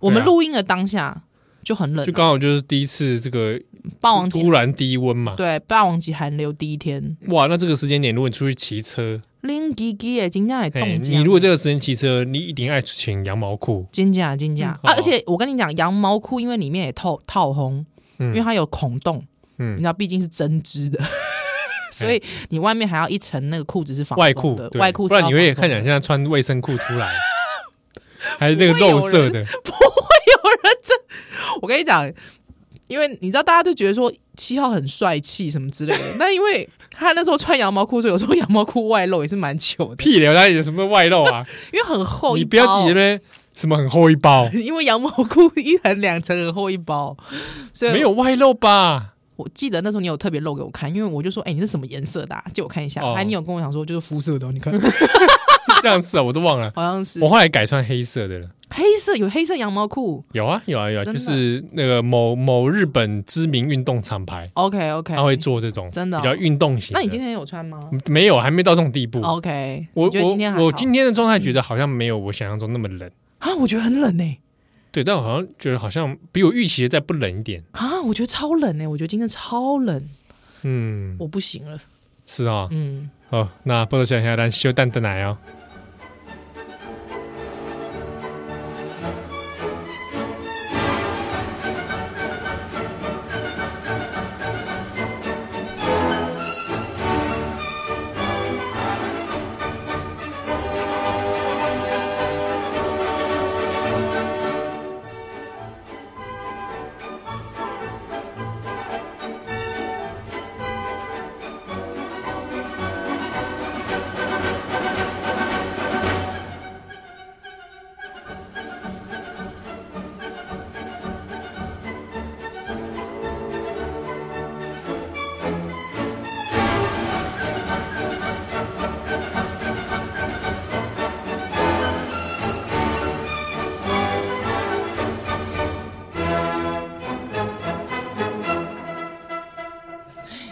Speaker 1: 我们录音的当下就很冷、
Speaker 2: 啊就
Speaker 1: 啊，
Speaker 2: 刚好就是第一次这个
Speaker 1: 霸王级
Speaker 2: 突然低温嘛。
Speaker 1: 对霸王级寒流第一天，
Speaker 2: 哇，那这个时间点，如果你出去骑车，
Speaker 1: 零叽叽哎，金价也
Speaker 2: 哎，
Speaker 1: 冻僵。
Speaker 2: 你如果这个时间骑车，你一定爱穿羊毛裤，
Speaker 1: 金价金价啊！
Speaker 2: 嗯好
Speaker 1: 而且我跟你讲，羊毛裤因为里面也透透红，因为
Speaker 2: 嗯，
Speaker 1: 它有孔洞，
Speaker 2: 嗯
Speaker 1: 你知道，毕竟是针织的， [LAUGHS] 所以你外面还要一层那个裤子是防
Speaker 2: 外
Speaker 1: 风
Speaker 2: 裤
Speaker 1: 的，，
Speaker 2: 对
Speaker 1: 外裤是
Speaker 2: 不然你会
Speaker 1: 要防
Speaker 2: 看
Speaker 1: 风
Speaker 2: 起
Speaker 1: 的
Speaker 2: 来像穿卫生裤出
Speaker 1: [LAUGHS]
Speaker 2: 来，还是那个肉色的，
Speaker 1: 不会有人这。我跟你讲，因为你知道，大家都觉得说七号很帅气什么之类的，那因为他那时候穿羊毛裤，所以有时候羊毛裤外露也是蛮糗的，
Speaker 2: 屁流那有什么外露啊？
Speaker 1: 因为很厚一
Speaker 2: 你
Speaker 1: 包。
Speaker 2: 不要自己那边什么很厚一包，
Speaker 1: [LAUGHS] 因为羊毛裤一层两层很厚一包，所以
Speaker 2: 没有外露吧？
Speaker 1: 我记得那时候你有特别露给我看，因为我就说，哎、你是什么颜色的、啊？借我看一下。
Speaker 2: 哦
Speaker 1: 哎、你有跟我讲说就是肤色的哦、你看
Speaker 2: [LAUGHS] 是这样子啊，我都
Speaker 1: [LAUGHS]
Speaker 2: 忘了。
Speaker 1: 好像是
Speaker 2: 我后来改穿黑色的了，
Speaker 1: 黑色，有黑色羊毛裤。
Speaker 2: 有啊有啊有啊，
Speaker 1: 真
Speaker 2: 就
Speaker 1: 的
Speaker 2: 是那个某某日本知名运动厂牌，
Speaker 1: OK OK，
Speaker 2: 他会做这种
Speaker 1: 真的哦
Speaker 2: 比较运动型的。
Speaker 1: 那你今天有穿吗
Speaker 2: 没有，还没到这种地步。
Speaker 1: ？OK，
Speaker 2: 我
Speaker 1: 你觉得今天还
Speaker 2: 我我
Speaker 1: 好
Speaker 2: 今天的状态觉得好像没有我想象中那么冷，
Speaker 1: 啊，我觉得很冷呢、
Speaker 2: 对，但我好像觉得好像比我预期的再不冷一点。
Speaker 1: 啊，我觉得超冷哎、我觉得今天超冷，
Speaker 2: 嗯，
Speaker 1: 我不行了。
Speaker 2: 是啊、
Speaker 1: 嗯，
Speaker 2: 好，那报道小下咱小蛋蛋来哦。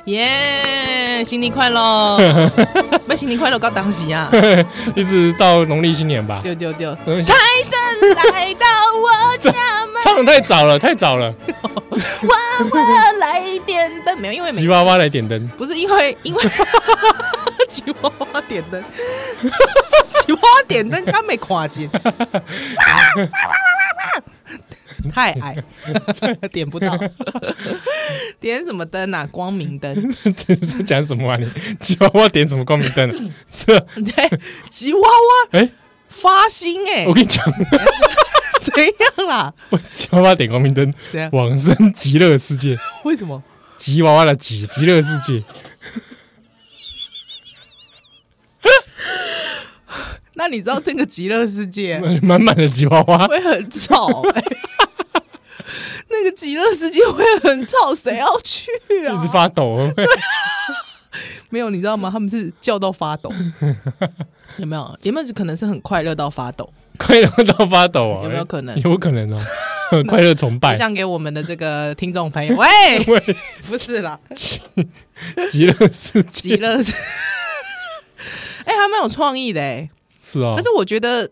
Speaker 1: 耶、新年快乐！ [LAUGHS] 不，新年快乐，高当时啊！
Speaker 2: 一直到农历新年吧。
Speaker 1: 丢丢丢，
Speaker 2: 嗯
Speaker 3: 财神来到我家
Speaker 1: [LAUGHS]
Speaker 3: 门，
Speaker 2: 唱的太早了，太早了。
Speaker 3: 娃娃来点灯。
Speaker 1: 没有，因为
Speaker 2: [LAUGHS] 吉
Speaker 1: 没
Speaker 2: 娃娃来点灯，
Speaker 1: [LAUGHS] 不是因为因为 [LAUGHS] 吉娃娃点灯， [LAUGHS] 吉娃娃点灯，刚没看见， [LAUGHS] 太矮， [LAUGHS] 点不到， [LAUGHS] 点什么灯啊？光明灯。
Speaker 2: 这是讲什么啊你？ [LAUGHS] 吉娃娃点什么光明灯啊？ [LAUGHS] 是啊，
Speaker 1: [LAUGHS] 对，吉娃娃
Speaker 2: 哎、
Speaker 1: 发心 [LAUGHS] 哎、
Speaker 2: 我跟你讲， [LAUGHS]
Speaker 1: 怎样啦？
Speaker 2: 我吉娃娃点光明灯，
Speaker 1: 怎样？
Speaker 2: 往生极乐世界，
Speaker 1: 为什么？
Speaker 2: 吉娃娃的极极乐世界。 [LAUGHS]
Speaker 1: 那你知道这个极乐世 [LAUGHS] 界
Speaker 2: 满满的吉娃
Speaker 1: [LAUGHS]
Speaker 2: 娃，
Speaker 1: 会很吵、 [LAUGHS] 欸？那个极乐世界会很吵，谁要去 [LAUGHS]
Speaker 2: 一直
Speaker 1: 啊？
Speaker 2: 发抖。 [LAUGHS]
Speaker 1: 没有，你知道吗？他们是叫到发 [LAUGHS] 抖，有没有？有没有可能是很快乐到发抖？
Speaker 2: 快乐到发抖啊！
Speaker 1: 有没有可能
Speaker 2: 有可能
Speaker 1: [LAUGHS]
Speaker 2: 哦，快乐崇拜
Speaker 1: 分，享给我们的这个听众 [LAUGHS] 朋友，哎喂，
Speaker 2: 喂，
Speaker 1: 不是啦，
Speaker 2: 极乐世
Speaker 1: 极
Speaker 2: 界
Speaker 1: 乐世， [LAUGHS] 哎、还蛮有创意的哎、
Speaker 2: 是哦
Speaker 1: 可，是我觉得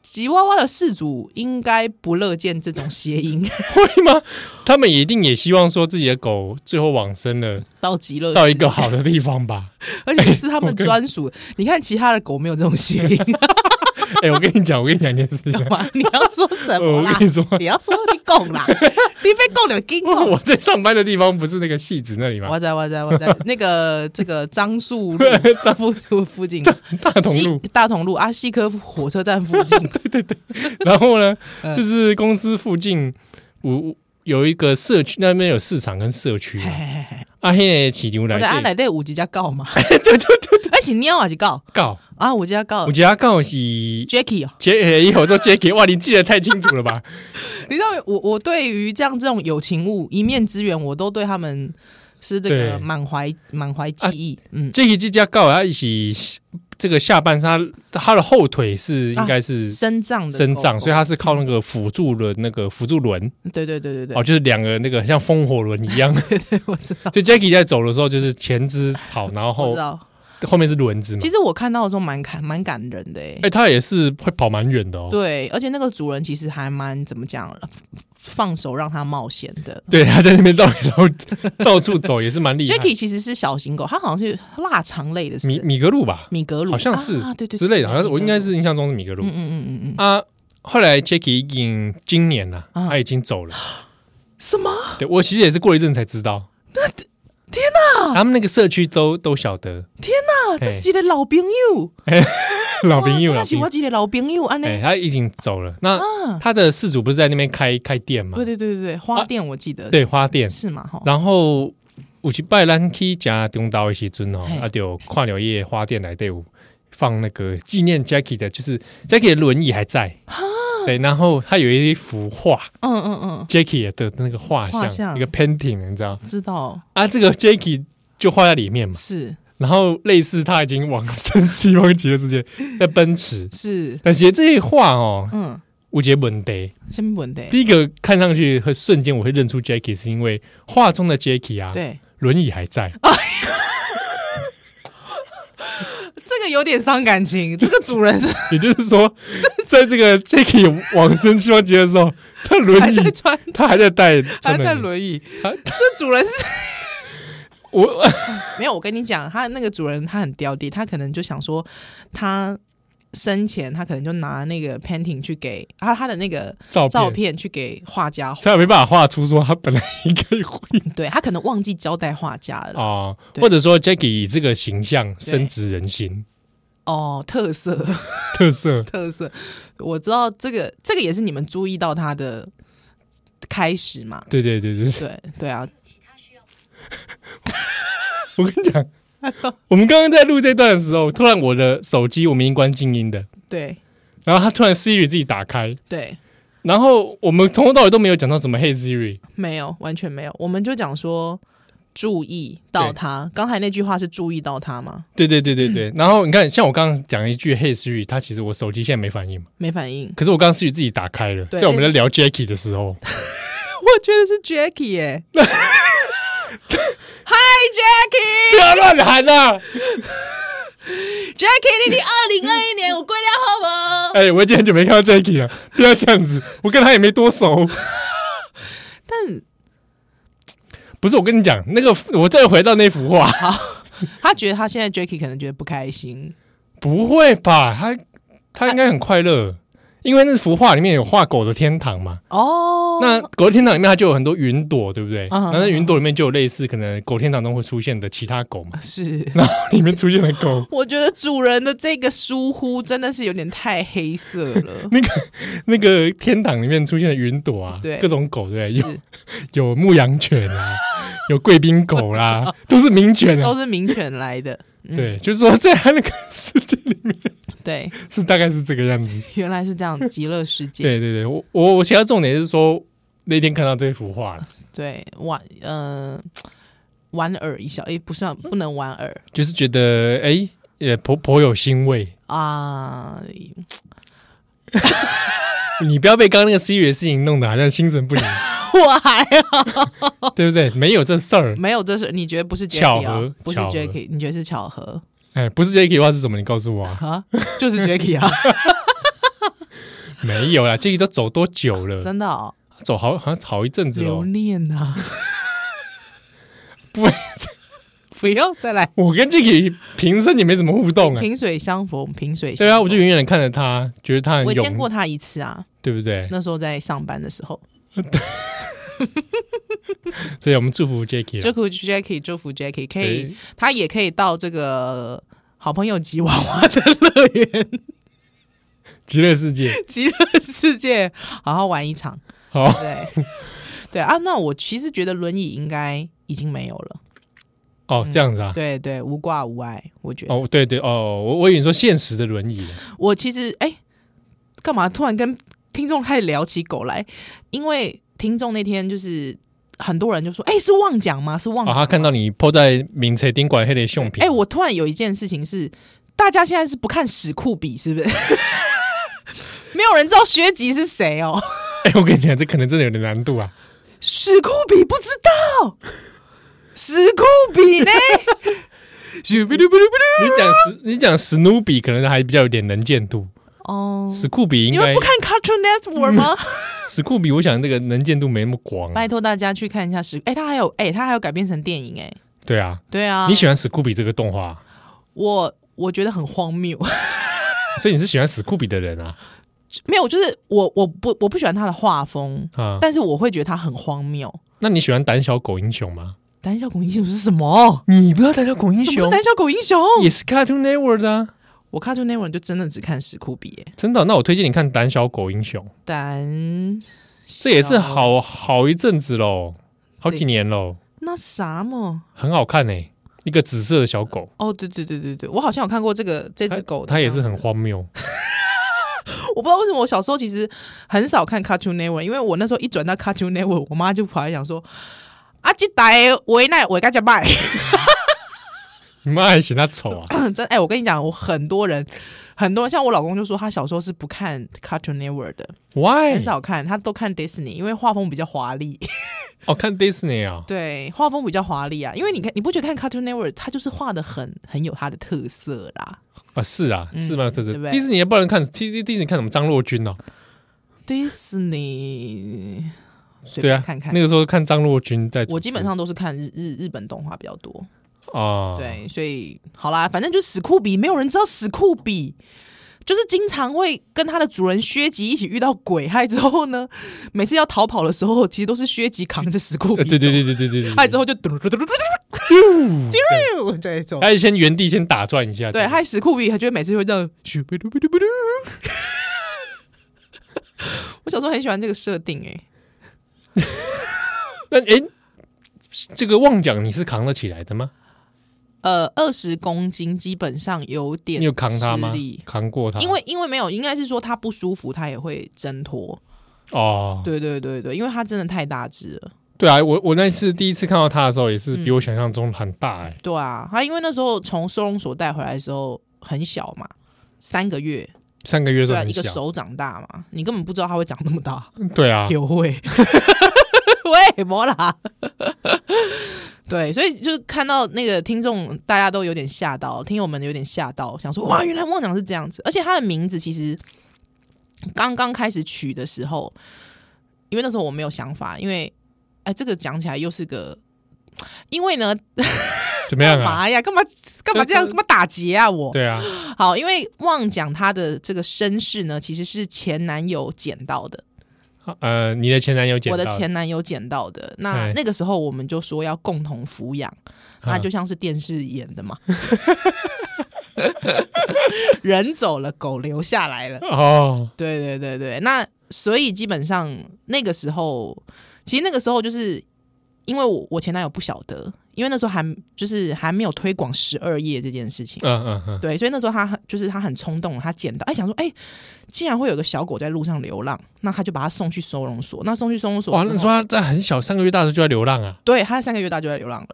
Speaker 1: 吉娃娃的事主应该不乐见这种谐 [LAUGHS] 音
Speaker 2: 会吗？他们一定也希望说自己的狗最后往
Speaker 1: [LAUGHS]
Speaker 2: 生了，
Speaker 1: 到极乐，
Speaker 2: 到一个好的地方吧。
Speaker 1: 而且是他们专属。你看其他的狗没有这种谐音，
Speaker 2: 哎、我跟你讲，我跟你讲一件事
Speaker 1: [LAUGHS]
Speaker 2: 情，
Speaker 1: 哇，你要说什 [LAUGHS] 么啦
Speaker 2: 我？跟你说
Speaker 1: 你要说你拱 [LAUGHS] 啦，你被拱了，给 [LAUGHS]
Speaker 2: [LAUGHS] 我
Speaker 1: 拱
Speaker 2: 我。在上班的地方不是那个戏子那里吗
Speaker 1: 我？在我在我在那个这个樟树 [LAUGHS] 路
Speaker 2: 樟
Speaker 1: 附附附近，
Speaker 2: 大同
Speaker 1: 西
Speaker 2: 路。
Speaker 1: 大同路啊，西科火车站附 [LAUGHS] 近，
Speaker 2: [LAUGHS] 然后呢，
Speaker 1: 嗯
Speaker 2: 就是公司附近，我我有一个社区，那边有市场跟社区
Speaker 1: 嘿
Speaker 2: 嘛。
Speaker 1: 嘿嘿嘿
Speaker 2: 啊，嘿，起牛
Speaker 1: 我在阿
Speaker 2: 来
Speaker 1: 奶对五级加告嘛，哎 [LAUGHS] 对对对，而且你要也是告
Speaker 2: 告，
Speaker 1: 啊，五级加告
Speaker 2: 我觉得告是
Speaker 1: Jacky 哦，
Speaker 2: [LAUGHS] 杰，以后做杰给哇，你记得太清楚了
Speaker 1: [LAUGHS]
Speaker 2: 吧？
Speaker 1: 你知道我我对于这样这种友情物一面之缘，我都对他们是这
Speaker 2: 对啊
Speaker 1: 个满怀满怀记忆，嗯，
Speaker 2: 杰克这家告啊他一起这个下半身，他他的后腿是应该是
Speaker 1: 生长的哦
Speaker 2: 伸
Speaker 1: 狗
Speaker 2: 胀，
Speaker 1: 狗
Speaker 2: 所以他是靠那个辅助轮，那个辅助轮
Speaker 1: 对对对对对
Speaker 2: 哦，，就是两个那个像风火轮
Speaker 1: [LAUGHS]
Speaker 2: 一样。
Speaker 1: 对对我知道，
Speaker 2: 所以 Jacky 在走的时候，就是前肢跑，然
Speaker 1: 我
Speaker 2: 后嗯
Speaker 1: 知道。
Speaker 2: 后面是轮子嘛
Speaker 1: 其。实我看到的时候蛮感蛮感人的哎、
Speaker 2: 哎、他也是会跑蛮远的哦。
Speaker 1: 对，而且那个主人其实还蛮怎么讲，放手让它冒险 [LAUGHS] 的。
Speaker 2: 对，他在那边到处到处走也是蛮厉害。
Speaker 1: Jacky 其实是小型狗，它好像是腊肠类的，是不
Speaker 2: 米
Speaker 1: 是
Speaker 2: 米格鲁吧，
Speaker 1: 米格鲁，
Speaker 2: 好像是
Speaker 1: 啊，对对
Speaker 2: 之类的，好像是我应该，
Speaker 1: 对
Speaker 2: 是印象中是米格
Speaker 1: 对
Speaker 2: 鲁
Speaker 1: 米格鲁嗯嗯嗯嗯嗯，
Speaker 2: 啊。后来 Jacky 已经今年呐、
Speaker 1: 啊
Speaker 2: 他已经走了。
Speaker 1: 什么？
Speaker 2: 对我其实也是过了一阵才知道。那天哪！他们那个社区都都晓得，
Speaker 1: 啊，这是一个老朋友，
Speaker 2: 老兵
Speaker 1: [LAUGHS]
Speaker 2: 友
Speaker 1: 哇
Speaker 2: 老
Speaker 1: 那是
Speaker 2: 兵
Speaker 1: 我
Speaker 2: 友，
Speaker 1: 一个老朋友，安啊
Speaker 2: 哎、
Speaker 1: 内
Speaker 2: 他已经走了。那
Speaker 1: 啊，
Speaker 2: 他的事主不是在那边开开店嘛？啊
Speaker 1: 对对对对对，花店我记得，
Speaker 2: 对花店。
Speaker 1: 是嘛哈，
Speaker 2: 然后有一摆咱去食中岛的时阵哦
Speaker 1: 嘿，
Speaker 2: 啊，就看了夜花店内底有放那个纪念 Jackie 的，就是 Jackie 的轮椅还在。对，然后他有一幅画
Speaker 1: 嗯嗯嗯，
Speaker 2: ，Jackie 的那个画像，
Speaker 1: 画像
Speaker 2: 一个 painting，你知道
Speaker 1: 知道
Speaker 2: 啊？这个 Jackie 就画在里面嘛。
Speaker 1: 是
Speaker 2: 然后类似他已经往生西方极乐世界在奔驰，
Speaker 1: 是，
Speaker 2: 但其实这些画哦，
Speaker 1: 嗯，
Speaker 2: 有一个问题。
Speaker 1: 什么问题？
Speaker 2: 第一个看上去会瞬间我会认出 Jackie，是因为画中的 Jackie 啊，
Speaker 1: 对，
Speaker 2: 轮椅还在。
Speaker 1: 这个有点伤感情，这个主人是
Speaker 2: 也就是说，在这个 Jacky 往生希望节的时候，他
Speaker 1: 还
Speaker 2: 轮椅
Speaker 1: 在穿，
Speaker 2: 他还在带，
Speaker 1: 还在
Speaker 2: 穿椅。
Speaker 1: 轮椅，
Speaker 2: 啊
Speaker 1: 这主人是
Speaker 2: [LAUGHS] 我
Speaker 1: [LAUGHS] 没有，我跟你讲，他那个主人他很刁地，他可能就想说，他生前他可能就拿那个 painting 去给，然后他的那个
Speaker 2: 照片
Speaker 1: 照片去给画家，
Speaker 2: 才没办法画出说他本来应该会 [LAUGHS]
Speaker 1: 对他可能忘记交代画家了
Speaker 2: 啊，
Speaker 1: 对
Speaker 2: 或者说 Jacky 以这个形象深植人
Speaker 1: [LAUGHS]
Speaker 2: 心，
Speaker 1: 哦，特色
Speaker 2: 特色
Speaker 1: 特色，我知道这个这个也是你们注意到他的开始嘛，
Speaker 2: 对对对对， [LAUGHS] 对
Speaker 1: 对对啊，
Speaker 2: 我跟你讲，
Speaker 1: 哎
Speaker 2: 我们刚刚在录这段的时候，突然我的手机我们已经关静音的，
Speaker 1: 对
Speaker 2: 然后他突然 Siri 自己打开，
Speaker 1: 对，
Speaker 2: 然后我们从头到尾都没有讲到什么 Hey Siri，
Speaker 1: 没有完全没有，我们就讲说注意到
Speaker 2: 对
Speaker 1: 他，刚才那句话是注意到他吗？
Speaker 2: 对对对对对，
Speaker 1: [LAUGHS]
Speaker 2: 然后你看，像我刚刚讲一句 “Hey Siri”，它其实我手机现在没反应嘛，
Speaker 1: 没反应，
Speaker 2: 可是我刚刚 Siri 自己打开了，
Speaker 1: 对
Speaker 2: 在我们在聊 Jacky 的时候，
Speaker 1: [LAUGHS] 我觉得是 Jacky 耶、Hi
Speaker 2: 不要乱喊
Speaker 1: [LAUGHS]
Speaker 2: 啊！
Speaker 1: Jacky，Jacky，你你二零二一年我过得好不好？
Speaker 2: 哎、我今天就没看到 Jacky 了，不要这样子，我跟他也没多熟。
Speaker 1: [LAUGHS] 但
Speaker 2: 不是，我跟你讲，那个我再回到那幅画，
Speaker 1: 他觉得他现在 Jacky 可能觉得不开心，
Speaker 2: 不会吧？他他应该很快乐，因为那幅画里面有画狗的天堂嘛。
Speaker 1: 哦，
Speaker 2: 那狗的天堂里面它就有很多云朵，对不对？
Speaker 1: 嗯
Speaker 2: 那那云朵里面就有类似可能狗天堂中会出现的其他狗嘛， [LAUGHS]
Speaker 1: 是。
Speaker 2: 里面出现的狗。，
Speaker 1: 我觉得主人的这个疏忽真的是有点太黑色了
Speaker 2: [LAUGHS] 那个那个天堂里面出现的云朵啊，
Speaker 1: 对
Speaker 2: 各种狗对不对，
Speaker 1: 是
Speaker 2: 有 [LAUGHS] 有牧羊
Speaker 1: [LAUGHS]
Speaker 2: 犬啊，有贵宾狗啦、都是名犬啊
Speaker 1: 都。是名犬来
Speaker 2: [LAUGHS]
Speaker 1: 的。哦嗯
Speaker 2: 对，就是说在他那个世界里面
Speaker 1: 对，
Speaker 2: 是大概是这个样
Speaker 1: [LAUGHS]
Speaker 2: 子。
Speaker 1: 原来是这样，极乐世界。
Speaker 2: 对对对，我我我其他重点是说那天看到这幅画，
Speaker 1: 对，玩呃莞尔一笑，诶，不算不能莞尔
Speaker 2: 就是觉得哎也颇颇有欣慰。
Speaker 1: 啊，
Speaker 2: 你不要被刚刚那个 Siri 的事情弄得好像心神
Speaker 1: [LAUGHS]
Speaker 2: 不宁，
Speaker 1: 我还
Speaker 2: 对不对？没有这事儿，
Speaker 1: 没有，这是你觉得不是 Jacky
Speaker 2: 巧
Speaker 1: 啊
Speaker 2: 合
Speaker 1: 不是
Speaker 2: 巧合
Speaker 1: Jacky，你觉得是巧
Speaker 2: [LAUGHS]
Speaker 1: 合
Speaker 2: 哎，不是 Jacky 的话是什么？你告诉我、啊，
Speaker 1: 啊？就是 Jacky
Speaker 2: [LAUGHS]
Speaker 1: 啊，
Speaker 2: 没有啦，Jacky 都走多久了？
Speaker 1: 真的哦，啊
Speaker 2: 走 [LAUGHS] 好好像好一阵子了
Speaker 1: 留
Speaker 2: 哦。
Speaker 1: 念啊， [LAUGHS]
Speaker 2: 不会，
Speaker 3: 不要再来。
Speaker 2: 我跟 Jacky 平生也没怎么互动哎、
Speaker 1: 萍水相逢，萍水相
Speaker 2: 对
Speaker 1: 逢。
Speaker 2: 啊，我就远远地看着他，觉得他很
Speaker 1: 我
Speaker 2: 勇
Speaker 1: 见，过他一次啊，
Speaker 2: 对不对？
Speaker 1: 那时候在上班的时候
Speaker 2: 所以我们祝福啊 Jacky 啦。
Speaker 1: ，Jacky Jacky 祝福 Jacky 可以
Speaker 2: 对，
Speaker 1: 他也可以到这个好朋友吉娃娃的乐园
Speaker 2: 极乐世界，
Speaker 1: 极乐世界 [LAUGHS] 好好玩一场。
Speaker 2: 好，
Speaker 1: 对对啊，那我其实觉得轮椅应该已经没有了，
Speaker 2: 哦，这样子啊，
Speaker 1: 嗯对对，无挂无碍，我觉得、
Speaker 2: 哦，对对，哦，我我以为你说现实的轮椅了，
Speaker 1: 我其实哎，干嘛突然跟听众开始聊起狗来？因为听众那天就是很多人就说，哎，是妄讲吗？是妄
Speaker 2: 哦，
Speaker 1: 讲。
Speaker 2: 他看到你抛在名车顶管黑的相片，
Speaker 1: 哎，我突然有一件事情是，大家现在是不看史酷比是不 [LAUGHS] 是？没有人知道薛吉是谁哦，
Speaker 2: 哎、 [LAUGHS] 我跟你讲，这可能真的有点难度啊。
Speaker 1: 史酷比不知道，史酷比呢？啊
Speaker 2: 你讲史，你讲史努比可能还比较有点能见度，
Speaker 1: 哦，
Speaker 2: 史酷比应
Speaker 1: 你们
Speaker 2: 该嗯
Speaker 1: 不看 Cartoon Network 吗？
Speaker 2: 史酷比，我想那个能见度没那么广、啊
Speaker 1: 拜。托大家去看一下史，哎、他还有哎、他还有改编成电影哎、
Speaker 2: 对啊，
Speaker 1: 对啊，
Speaker 2: 你喜欢史酷比这个动画啊，
Speaker 1: 我我觉得很荒谬，
Speaker 2: 所以你是喜欢史酷比的人啊
Speaker 1: 没有，就是我我不我不喜欢他的画风，
Speaker 2: 啊？
Speaker 1: 但是我会觉得他很荒谬。
Speaker 2: 那你喜欢胆小狗英雄吗？
Speaker 1: 胆小狗英雄是什么？
Speaker 2: 你不知道胆小狗英
Speaker 1: 什么是胆小狗英雄？
Speaker 2: 也是 Cartoon Network 的、啊，
Speaker 1: 我 Cartoon Network 就真的只看史酷比耶、
Speaker 2: 真的哦、那我推荐你看《胆小狗英雄》，
Speaker 1: 胆
Speaker 2: 这也是好好一阵子喽，好几年喽，
Speaker 1: 那啥嘛？
Speaker 2: 很好看呢、一个紫色的小狗，
Speaker 1: 哦，对对对对对，我好像有看过这个这只狗
Speaker 2: 它也是很
Speaker 1: 荒。
Speaker 2: 荒谬。 [LAUGHS]
Speaker 1: 我不知道为什么我小时候其实很少看 Cartoon Network，因为我那时候一转到 Cartoon Network，我妈就跑来讲说：“啊，这台维奈维嘎加拜。 [COUGHS]
Speaker 2: 你妈还嫌它丑
Speaker 1: [LAUGHS]
Speaker 2: 啊？”
Speaker 1: 真哎、我跟你讲，我很多人，很多人像我老公就说他小时候是不看 Cartoon Network 的，
Speaker 2: Why？
Speaker 1: 很少看，他都看 Disney，因为画风比较华丽。
Speaker 2: 哦，看 Disney 啊、
Speaker 1: 对，画风比较华丽啊，因为你看，你不觉得看 Cartoon Network 它就是画的很很有它的特色啦。
Speaker 2: 啊，是啊，是蛮有特色
Speaker 1: 嗯对不。对
Speaker 2: 迪士尼也不能看，迪迪迪士尼看什么张若昀哦，
Speaker 1: Disney 随
Speaker 2: 对
Speaker 1: 便
Speaker 2: 啊
Speaker 1: 看，看，
Speaker 2: 那个时候看张若昀在主持，
Speaker 1: 我基本上都是看日日日本动画比较多。
Speaker 2: 啊，，
Speaker 1: 对，所以好啦，反正就是史酷比，没有人知道史酷比。就是经常会跟他的主人薛吉一起遇到鬼害之后呢，每次要逃跑的时候，其实都是薛吉扛着史酷比
Speaker 2: 呃，
Speaker 1: 走，
Speaker 2: 对对对对对对
Speaker 1: [LAUGHS]
Speaker 2: 对，
Speaker 1: 害之后就嘟嘟嘟嘟嘟嘟嘟这种，
Speaker 2: 他还先原地先打转一下，
Speaker 1: 对，害史酷比，他就会每次会这样，咻嘟嘟嘟嘟嘟。 [LAUGHS] 我小时候很喜欢这个设定，哎，
Speaker 2: 那哎，这个旺奖你是扛得起来的吗？
Speaker 1: 呃，二十公斤基本上有点
Speaker 2: 你有扛他吗啊
Speaker 1: 吃力？
Speaker 2: 扛过他？
Speaker 1: 因为因为没有，应该是说他不舒服，他也会挣脱。
Speaker 2: 哦，
Speaker 1: 对对对对，因为它真的太大只了。
Speaker 2: 对啊，我我那次第一次看到他的时候，也是比我想象中很大哎，
Speaker 1: 对啊，它因为那时候从收容所带回来的时候很小嘛，三个月，
Speaker 2: 三个月就
Speaker 1: 对啊，
Speaker 2: 很
Speaker 1: 一个
Speaker 2: 小，
Speaker 1: 手掌大嘛，你根本不知道它会长那么大。
Speaker 2: 对啊，
Speaker 1: [LAUGHS] 有喂，喂，没啦。对，所以就是看到那个听众，大家都有点吓到，听友们有点吓到，想说哇，原来妄想是这样子。而且它的名字其实刚刚开始取的时候，因为那时候我没有想法，因为哎，这个讲起来又是个，因为呢，
Speaker 2: 怎么样
Speaker 1: 干
Speaker 2: 啊？
Speaker 1: 嘛呀？干嘛干嘛这样？干嘛打劫啊？我
Speaker 2: 对啊，
Speaker 1: 好，因为妄讲他的这个身世呢，其实是前男友捡到的。
Speaker 2: 呃，你的前男友捡
Speaker 1: 我
Speaker 2: 到
Speaker 1: 的前男友捡到的。那
Speaker 2: 哎
Speaker 1: 那个时候我们就说要共同抚养，
Speaker 2: 啊
Speaker 1: 那
Speaker 2: 嗯
Speaker 1: 就像是电视演的嘛。 [LAUGHS] 人走了，狗留下来了。
Speaker 2: 哦，
Speaker 1: 对对对对，那所以基本上那个时候，其实那个时候就是因为我我前男友不晓得，因为那时候还就是还没有推广十二夜这件事情。
Speaker 2: 嗯嗯嗯，
Speaker 1: 对，所以那时候他很就是他很冲动，他捡到哎想说哎，竟然会有个小狗在路上流浪，那他就把它送去收容所。那送去收容所
Speaker 2: 哇，
Speaker 1: 之
Speaker 2: 那
Speaker 1: 后
Speaker 2: 你说他在很小三个月大的时候就在流浪啊？
Speaker 1: 对，他三个月大就在流浪了，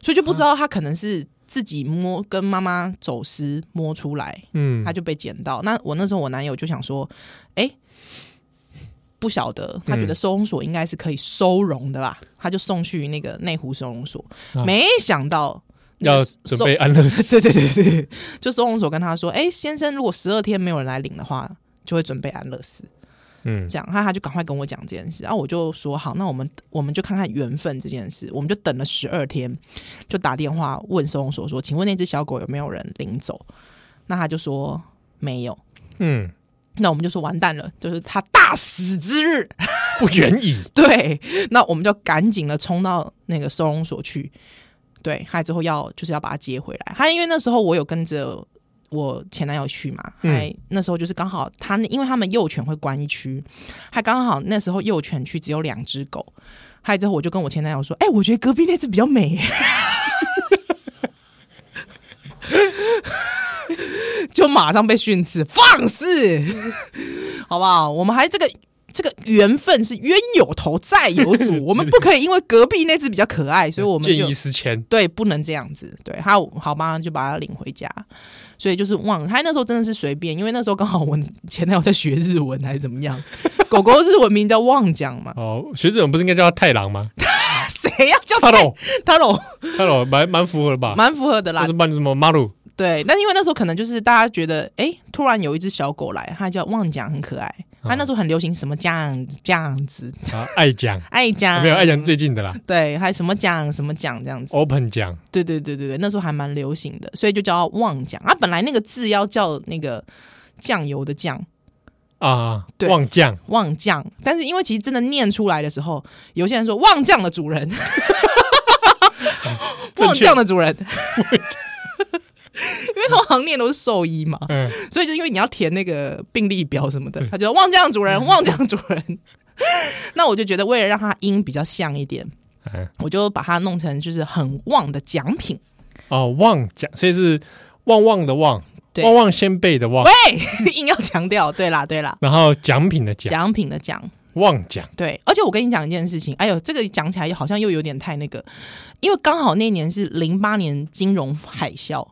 Speaker 1: 所以就不
Speaker 2: 嗯
Speaker 1: 知道他可能是自己摸跟妈妈走私摸出来，
Speaker 2: 嗯
Speaker 1: 他，就被捡到。那我那时候我男友就想说，哎，不晓得，他觉
Speaker 2: 嗯
Speaker 1: 得收容所应该是可以收容的吧，他就送去那个内湖收容所，
Speaker 2: 啊
Speaker 1: 没想到那个
Speaker 2: 要准备安乐
Speaker 1: [LAUGHS]
Speaker 2: 死。
Speaker 1: 对对对对，对就收容所跟他说：“哎，先生，如果十二天没有人来领的话，就会准备安乐死。”
Speaker 2: 嗯
Speaker 1: 这样，他他就赶快跟我讲这件事，然后我就说好，那我们我们就看看缘分这件事，我们就等了十二天，就打电话问收容所说，请问那只小狗有没有人领走？那他就说没有，
Speaker 2: 嗯，
Speaker 1: 那我们就说完蛋了，就是他大死之日， [LAUGHS]
Speaker 2: 不愿意，
Speaker 1: 对，那我们就赶紧的冲到那个收容所去，对，还之后要就是要把它接回来。他因为那时候我有跟着我前男友去嘛，
Speaker 2: 嗯
Speaker 1: 还、那时候就是刚好他因为他们幼犬会关一区，还刚好那时候幼犬区只有两只狗，还之后我就跟我前男友说，哎、我觉得隔壁那只比较美、 [LAUGHS] 就马上被训斥，放肆， [LAUGHS] 好不好？我们还这个这个缘分是冤有头债有主，我们不可以因为隔壁那只比较可爱，所以我们
Speaker 2: 见
Speaker 1: 就
Speaker 2: 异思迁，
Speaker 1: 对不能这样子。对，他好吧，就把他领回家，所以就是忘了他那时候真的是随便，因为那时候刚好我前男友在学日文还是怎么 [LAUGHS] 样，狗狗日文名叫忘讲嘛，
Speaker 2: 哦，学这种不是应该叫他太郎吗
Speaker 1: 谁要叫他
Speaker 2: ？Hello
Speaker 1: 他喽，
Speaker 2: Hello，蛮蛮符合的吧？
Speaker 1: 蛮符合的啦
Speaker 2: 那是，扮什么马路？
Speaker 1: [LAUGHS] 对，但因为那时候可能就是大家觉得，哎，突然有一只小狗来，它叫旺讲，很可爱。它那时候很流行什么酱酱子，
Speaker 2: 啊，爱
Speaker 1: [LAUGHS]
Speaker 2: 讲、
Speaker 1: 爱讲、
Speaker 2: 啊没有爱讲最近的啦
Speaker 1: 对，还什么讲什么讲这样子。
Speaker 2: ，Open 讲，
Speaker 1: 对对对对对，那时候还蛮流行的，所以就叫旺讲。啊，本来那个字要叫那个酱油的酱，
Speaker 2: 啊，
Speaker 1: 对
Speaker 2: 忘将，
Speaker 1: 旺酱，但是因为其实真的念出来的时候，有些人说旺酱的主人，
Speaker 2: 正
Speaker 1: 旺
Speaker 2: 哦确
Speaker 1: 酱的主人，
Speaker 2: [LAUGHS]
Speaker 1: 因为同行念都是兽医嘛，
Speaker 2: 嗯，
Speaker 1: 所以就因为你要填那个病历表什么的，他就望江主人，望江主人。那我就觉得为了让它音比较像一点，
Speaker 2: 哎
Speaker 1: 我就把它弄成就是很旺的奖品。
Speaker 2: 哦，忘讲，所以是旺旺的旺，
Speaker 1: 对
Speaker 2: 旺旺先辈的旺，
Speaker 1: 喂， [LAUGHS] 硬要强调，对啦对啦，
Speaker 2: 然后奖品的奖，
Speaker 1: 奖品的奖。
Speaker 2: 忘讲，
Speaker 1: 对，而且我跟你讲一件事情，哎呦，这个讲起来好像又有点太那个，因为刚好那年是零八年金融海
Speaker 2: [LAUGHS]
Speaker 1: 啸，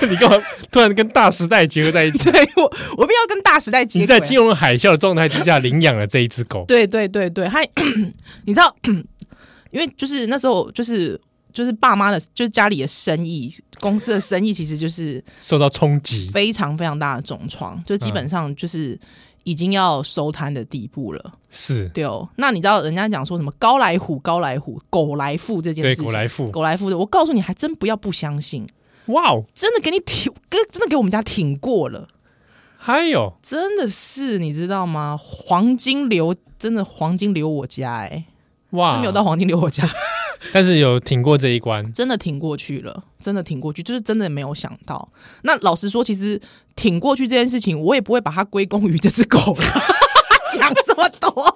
Speaker 2: [LAUGHS] 你干嘛突然跟大时代结合在
Speaker 1: [LAUGHS]
Speaker 2: 一起？
Speaker 1: 对我我必须要跟大时代接
Speaker 2: 你
Speaker 1: 轨。啊
Speaker 2: 在金融海啸的状态之下领养了这一只狗，
Speaker 1: 对对对对，还你知道，因为就是那时候就是就是爸妈的，就是家里的生意，公司的生意其实就是
Speaker 2: 受到冲击，
Speaker 1: 非常非常大的重创，就基
Speaker 2: 嗯
Speaker 1: 本上就是。已经要收摊的地步了，
Speaker 2: 是
Speaker 1: 对哦。那你知道人家讲说什么“高来虎，高来虎，狗来富”这件
Speaker 2: 对
Speaker 1: 事情？
Speaker 2: 狗来富，
Speaker 1: 狗来富的，我告诉你，还真不要不相信，
Speaker 2: 哇哦，
Speaker 1: 真的给你挺，跟真的给我们家挺过了，
Speaker 2: 还有
Speaker 1: 真的是你知道吗？黄金流真的黄金流我家哎、
Speaker 2: 哇，哦
Speaker 1: 是没有到，黄金流我家，
Speaker 2: 但是有挺过这一关，
Speaker 1: 真的挺过去了，真的挺过去，就是真的没有想到。那老实说，其实挺过去这件事情，我也不会把它归功于这只狗啦。 [LAUGHS] 讲这么多， [LAUGHS]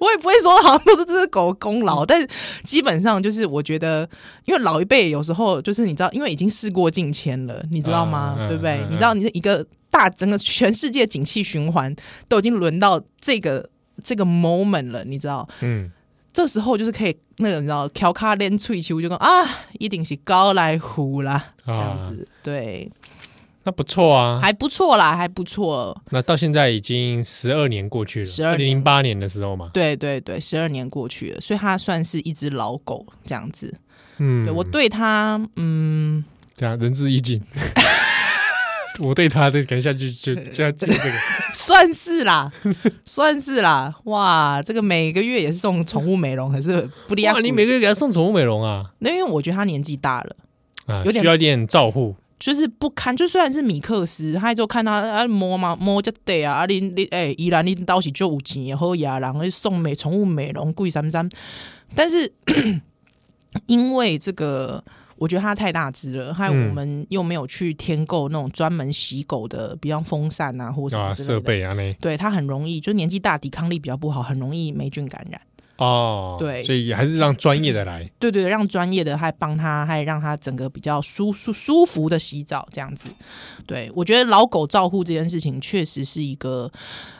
Speaker 1: 我也不会说好像都是这只狗的功劳，但是基本上就是我觉得，因为老一辈有时候就是你知道，因为已经事过境迁了，你知道吗？
Speaker 2: 嗯嗯
Speaker 1: 对不对？
Speaker 2: 嗯嗯
Speaker 1: 你知道你是一个大整个全世界景气循环都已经轮到这个这个 moment 了，你知道？
Speaker 2: 嗯，
Speaker 1: 这时候就是可以那个你知道，调卡练脆球就跟啊，一定是高来湖啦， [LAUGHS] 这样
Speaker 2: 啊，
Speaker 1: 子，对，
Speaker 2: 那不错啊，
Speaker 1: 还不错啦，还不错，
Speaker 2: 那到现在已经十二年过去了，
Speaker 1: 12
Speaker 2: 零
Speaker 1: 年
Speaker 2: 零八年的时候嘛，
Speaker 1: 对对对，十二年过去了，所以它算是一只老狗这样子。
Speaker 2: 嗯
Speaker 1: 对我对它，嗯，
Speaker 2: 对啊，仁至义尽。 [LAUGHS] 我对他的感下去
Speaker 1: [LAUGHS]
Speaker 2: 就就要进这个，
Speaker 1: 算是啦， [LAUGHS] 算是啦，哇，这个每个月也是送宠物美容，可是不离啊
Speaker 2: 哇！，你每个月给他送宠物美容啊，
Speaker 1: 那因为我觉得它年纪大了。
Speaker 2: 啊，
Speaker 1: 有点
Speaker 2: 需要一点照护，
Speaker 1: 就是不堪，就虽然是米克斯，他就看他啊摸嘛摸就对啊，啊你你哎，依、然你到时就有钱好呀，然后送美宠物美容贵三三，但是 [CLEARS THROAT] 因为这个。我觉得它太大只了，还有
Speaker 2: 嗯
Speaker 1: 我们又没有去添购那种专门洗狗的，比方风扇啊或什么
Speaker 2: 啊
Speaker 1: 之类的
Speaker 2: 设。备啊那
Speaker 1: 对它很容易，就年纪大，抵抗力比较不好，很容易霉菌感染。
Speaker 2: 哦，
Speaker 1: 对嗯
Speaker 2: 所以还是让专业的来，
Speaker 1: 对对，让专业的还帮他，还让他整个比较舒舒舒服的洗澡这样子。对我觉得老狗照护这件事情确实是一个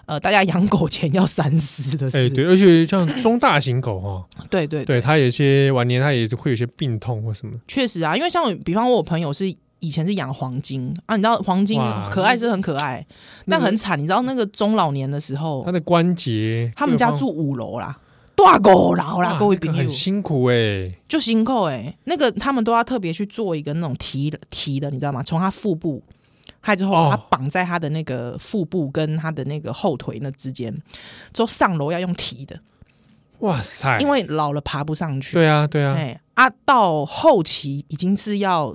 Speaker 1: 呃，大家养狗前要三思的事。
Speaker 2: 哎，对，而且像中大型狗哦，
Speaker 1: 对对
Speaker 2: 对它有些晚年它也会有些病痛或什么，
Speaker 1: 确实啊，因为像我比方我有朋友是。以前是养黄金啊，你知道黄金
Speaker 2: 哇
Speaker 1: 可爱是很可爱，但很惨。你知道那个中老年的时候
Speaker 2: 它，的关节，
Speaker 1: 哦他们家
Speaker 2: 各方
Speaker 1: 住五楼啦，大狗楼啦，
Speaker 2: 哇
Speaker 1: 各位
Speaker 2: 那个
Speaker 1: 朋友
Speaker 2: 很，辛苦哎，
Speaker 1: 就辛欸苦哎、那个他们都要特别去做一个那种提提的，你知道吗？从他腹部害之后
Speaker 2: 哦
Speaker 1: 把它绑在他的那个腹部跟他的那个后腿那之间，之后上楼要用提的，
Speaker 2: 哇塞，
Speaker 1: 因为老了爬不上去。
Speaker 2: 哎对啊对啊，
Speaker 1: 哎啊，到后期已经是要，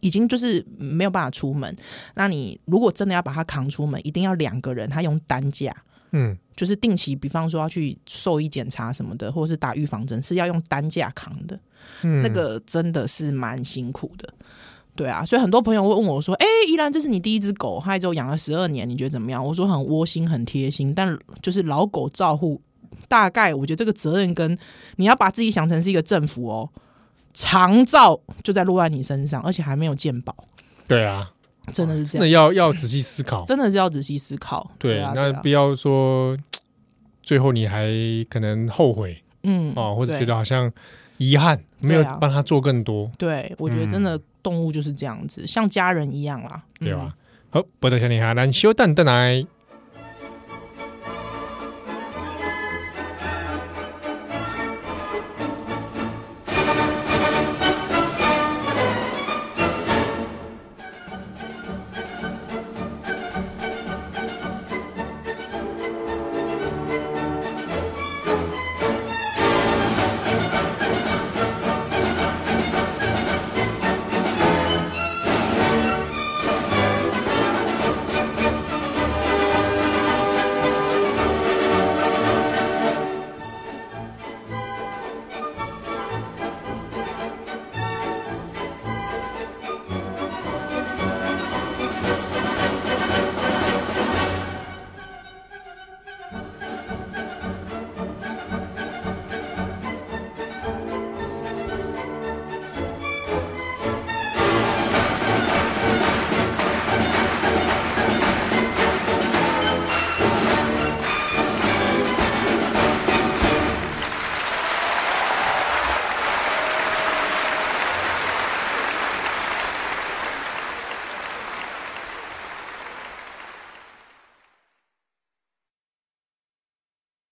Speaker 1: 已经就是没有办法出门。那你如果真的要把它扛出门，一定要两个人，他用担架，
Speaker 2: 嗯，
Speaker 1: 就是定期，比方说要去兽医检查什么的，或者是打预防针，是要用担架扛的。
Speaker 2: 嗯
Speaker 1: 那个真的是蛮辛苦的。对啊，所以很多朋友会问我说：“哎、依兰，这是你第一只狗，它就养了十二年，你觉得怎么样？”我说很窝心，很贴心，但就是老狗照护，大概我觉得这个责任跟你要把自己想成是一个政府哦，长照就在落在你身上，而且还没有健保，
Speaker 2: 对啊，
Speaker 1: 真的是这
Speaker 2: 真的
Speaker 1: 样，
Speaker 2: 要要仔细思考。
Speaker 1: 真的是要仔细思考。
Speaker 2: 对，
Speaker 1: 啊，
Speaker 2: 那
Speaker 1: 对啊
Speaker 2: 不要说最后你还可能后悔
Speaker 1: 嗯
Speaker 2: 哦，或者
Speaker 1: 对
Speaker 2: 觉得好像遗憾没有
Speaker 1: 对啊
Speaker 2: 帮他做更多，
Speaker 1: 对，我觉得真的动物就是这样子，像家人一样啦，
Speaker 2: 对啊
Speaker 1: 嗯
Speaker 2: 吧？好，不得小你哈，咱小蛋蛋来。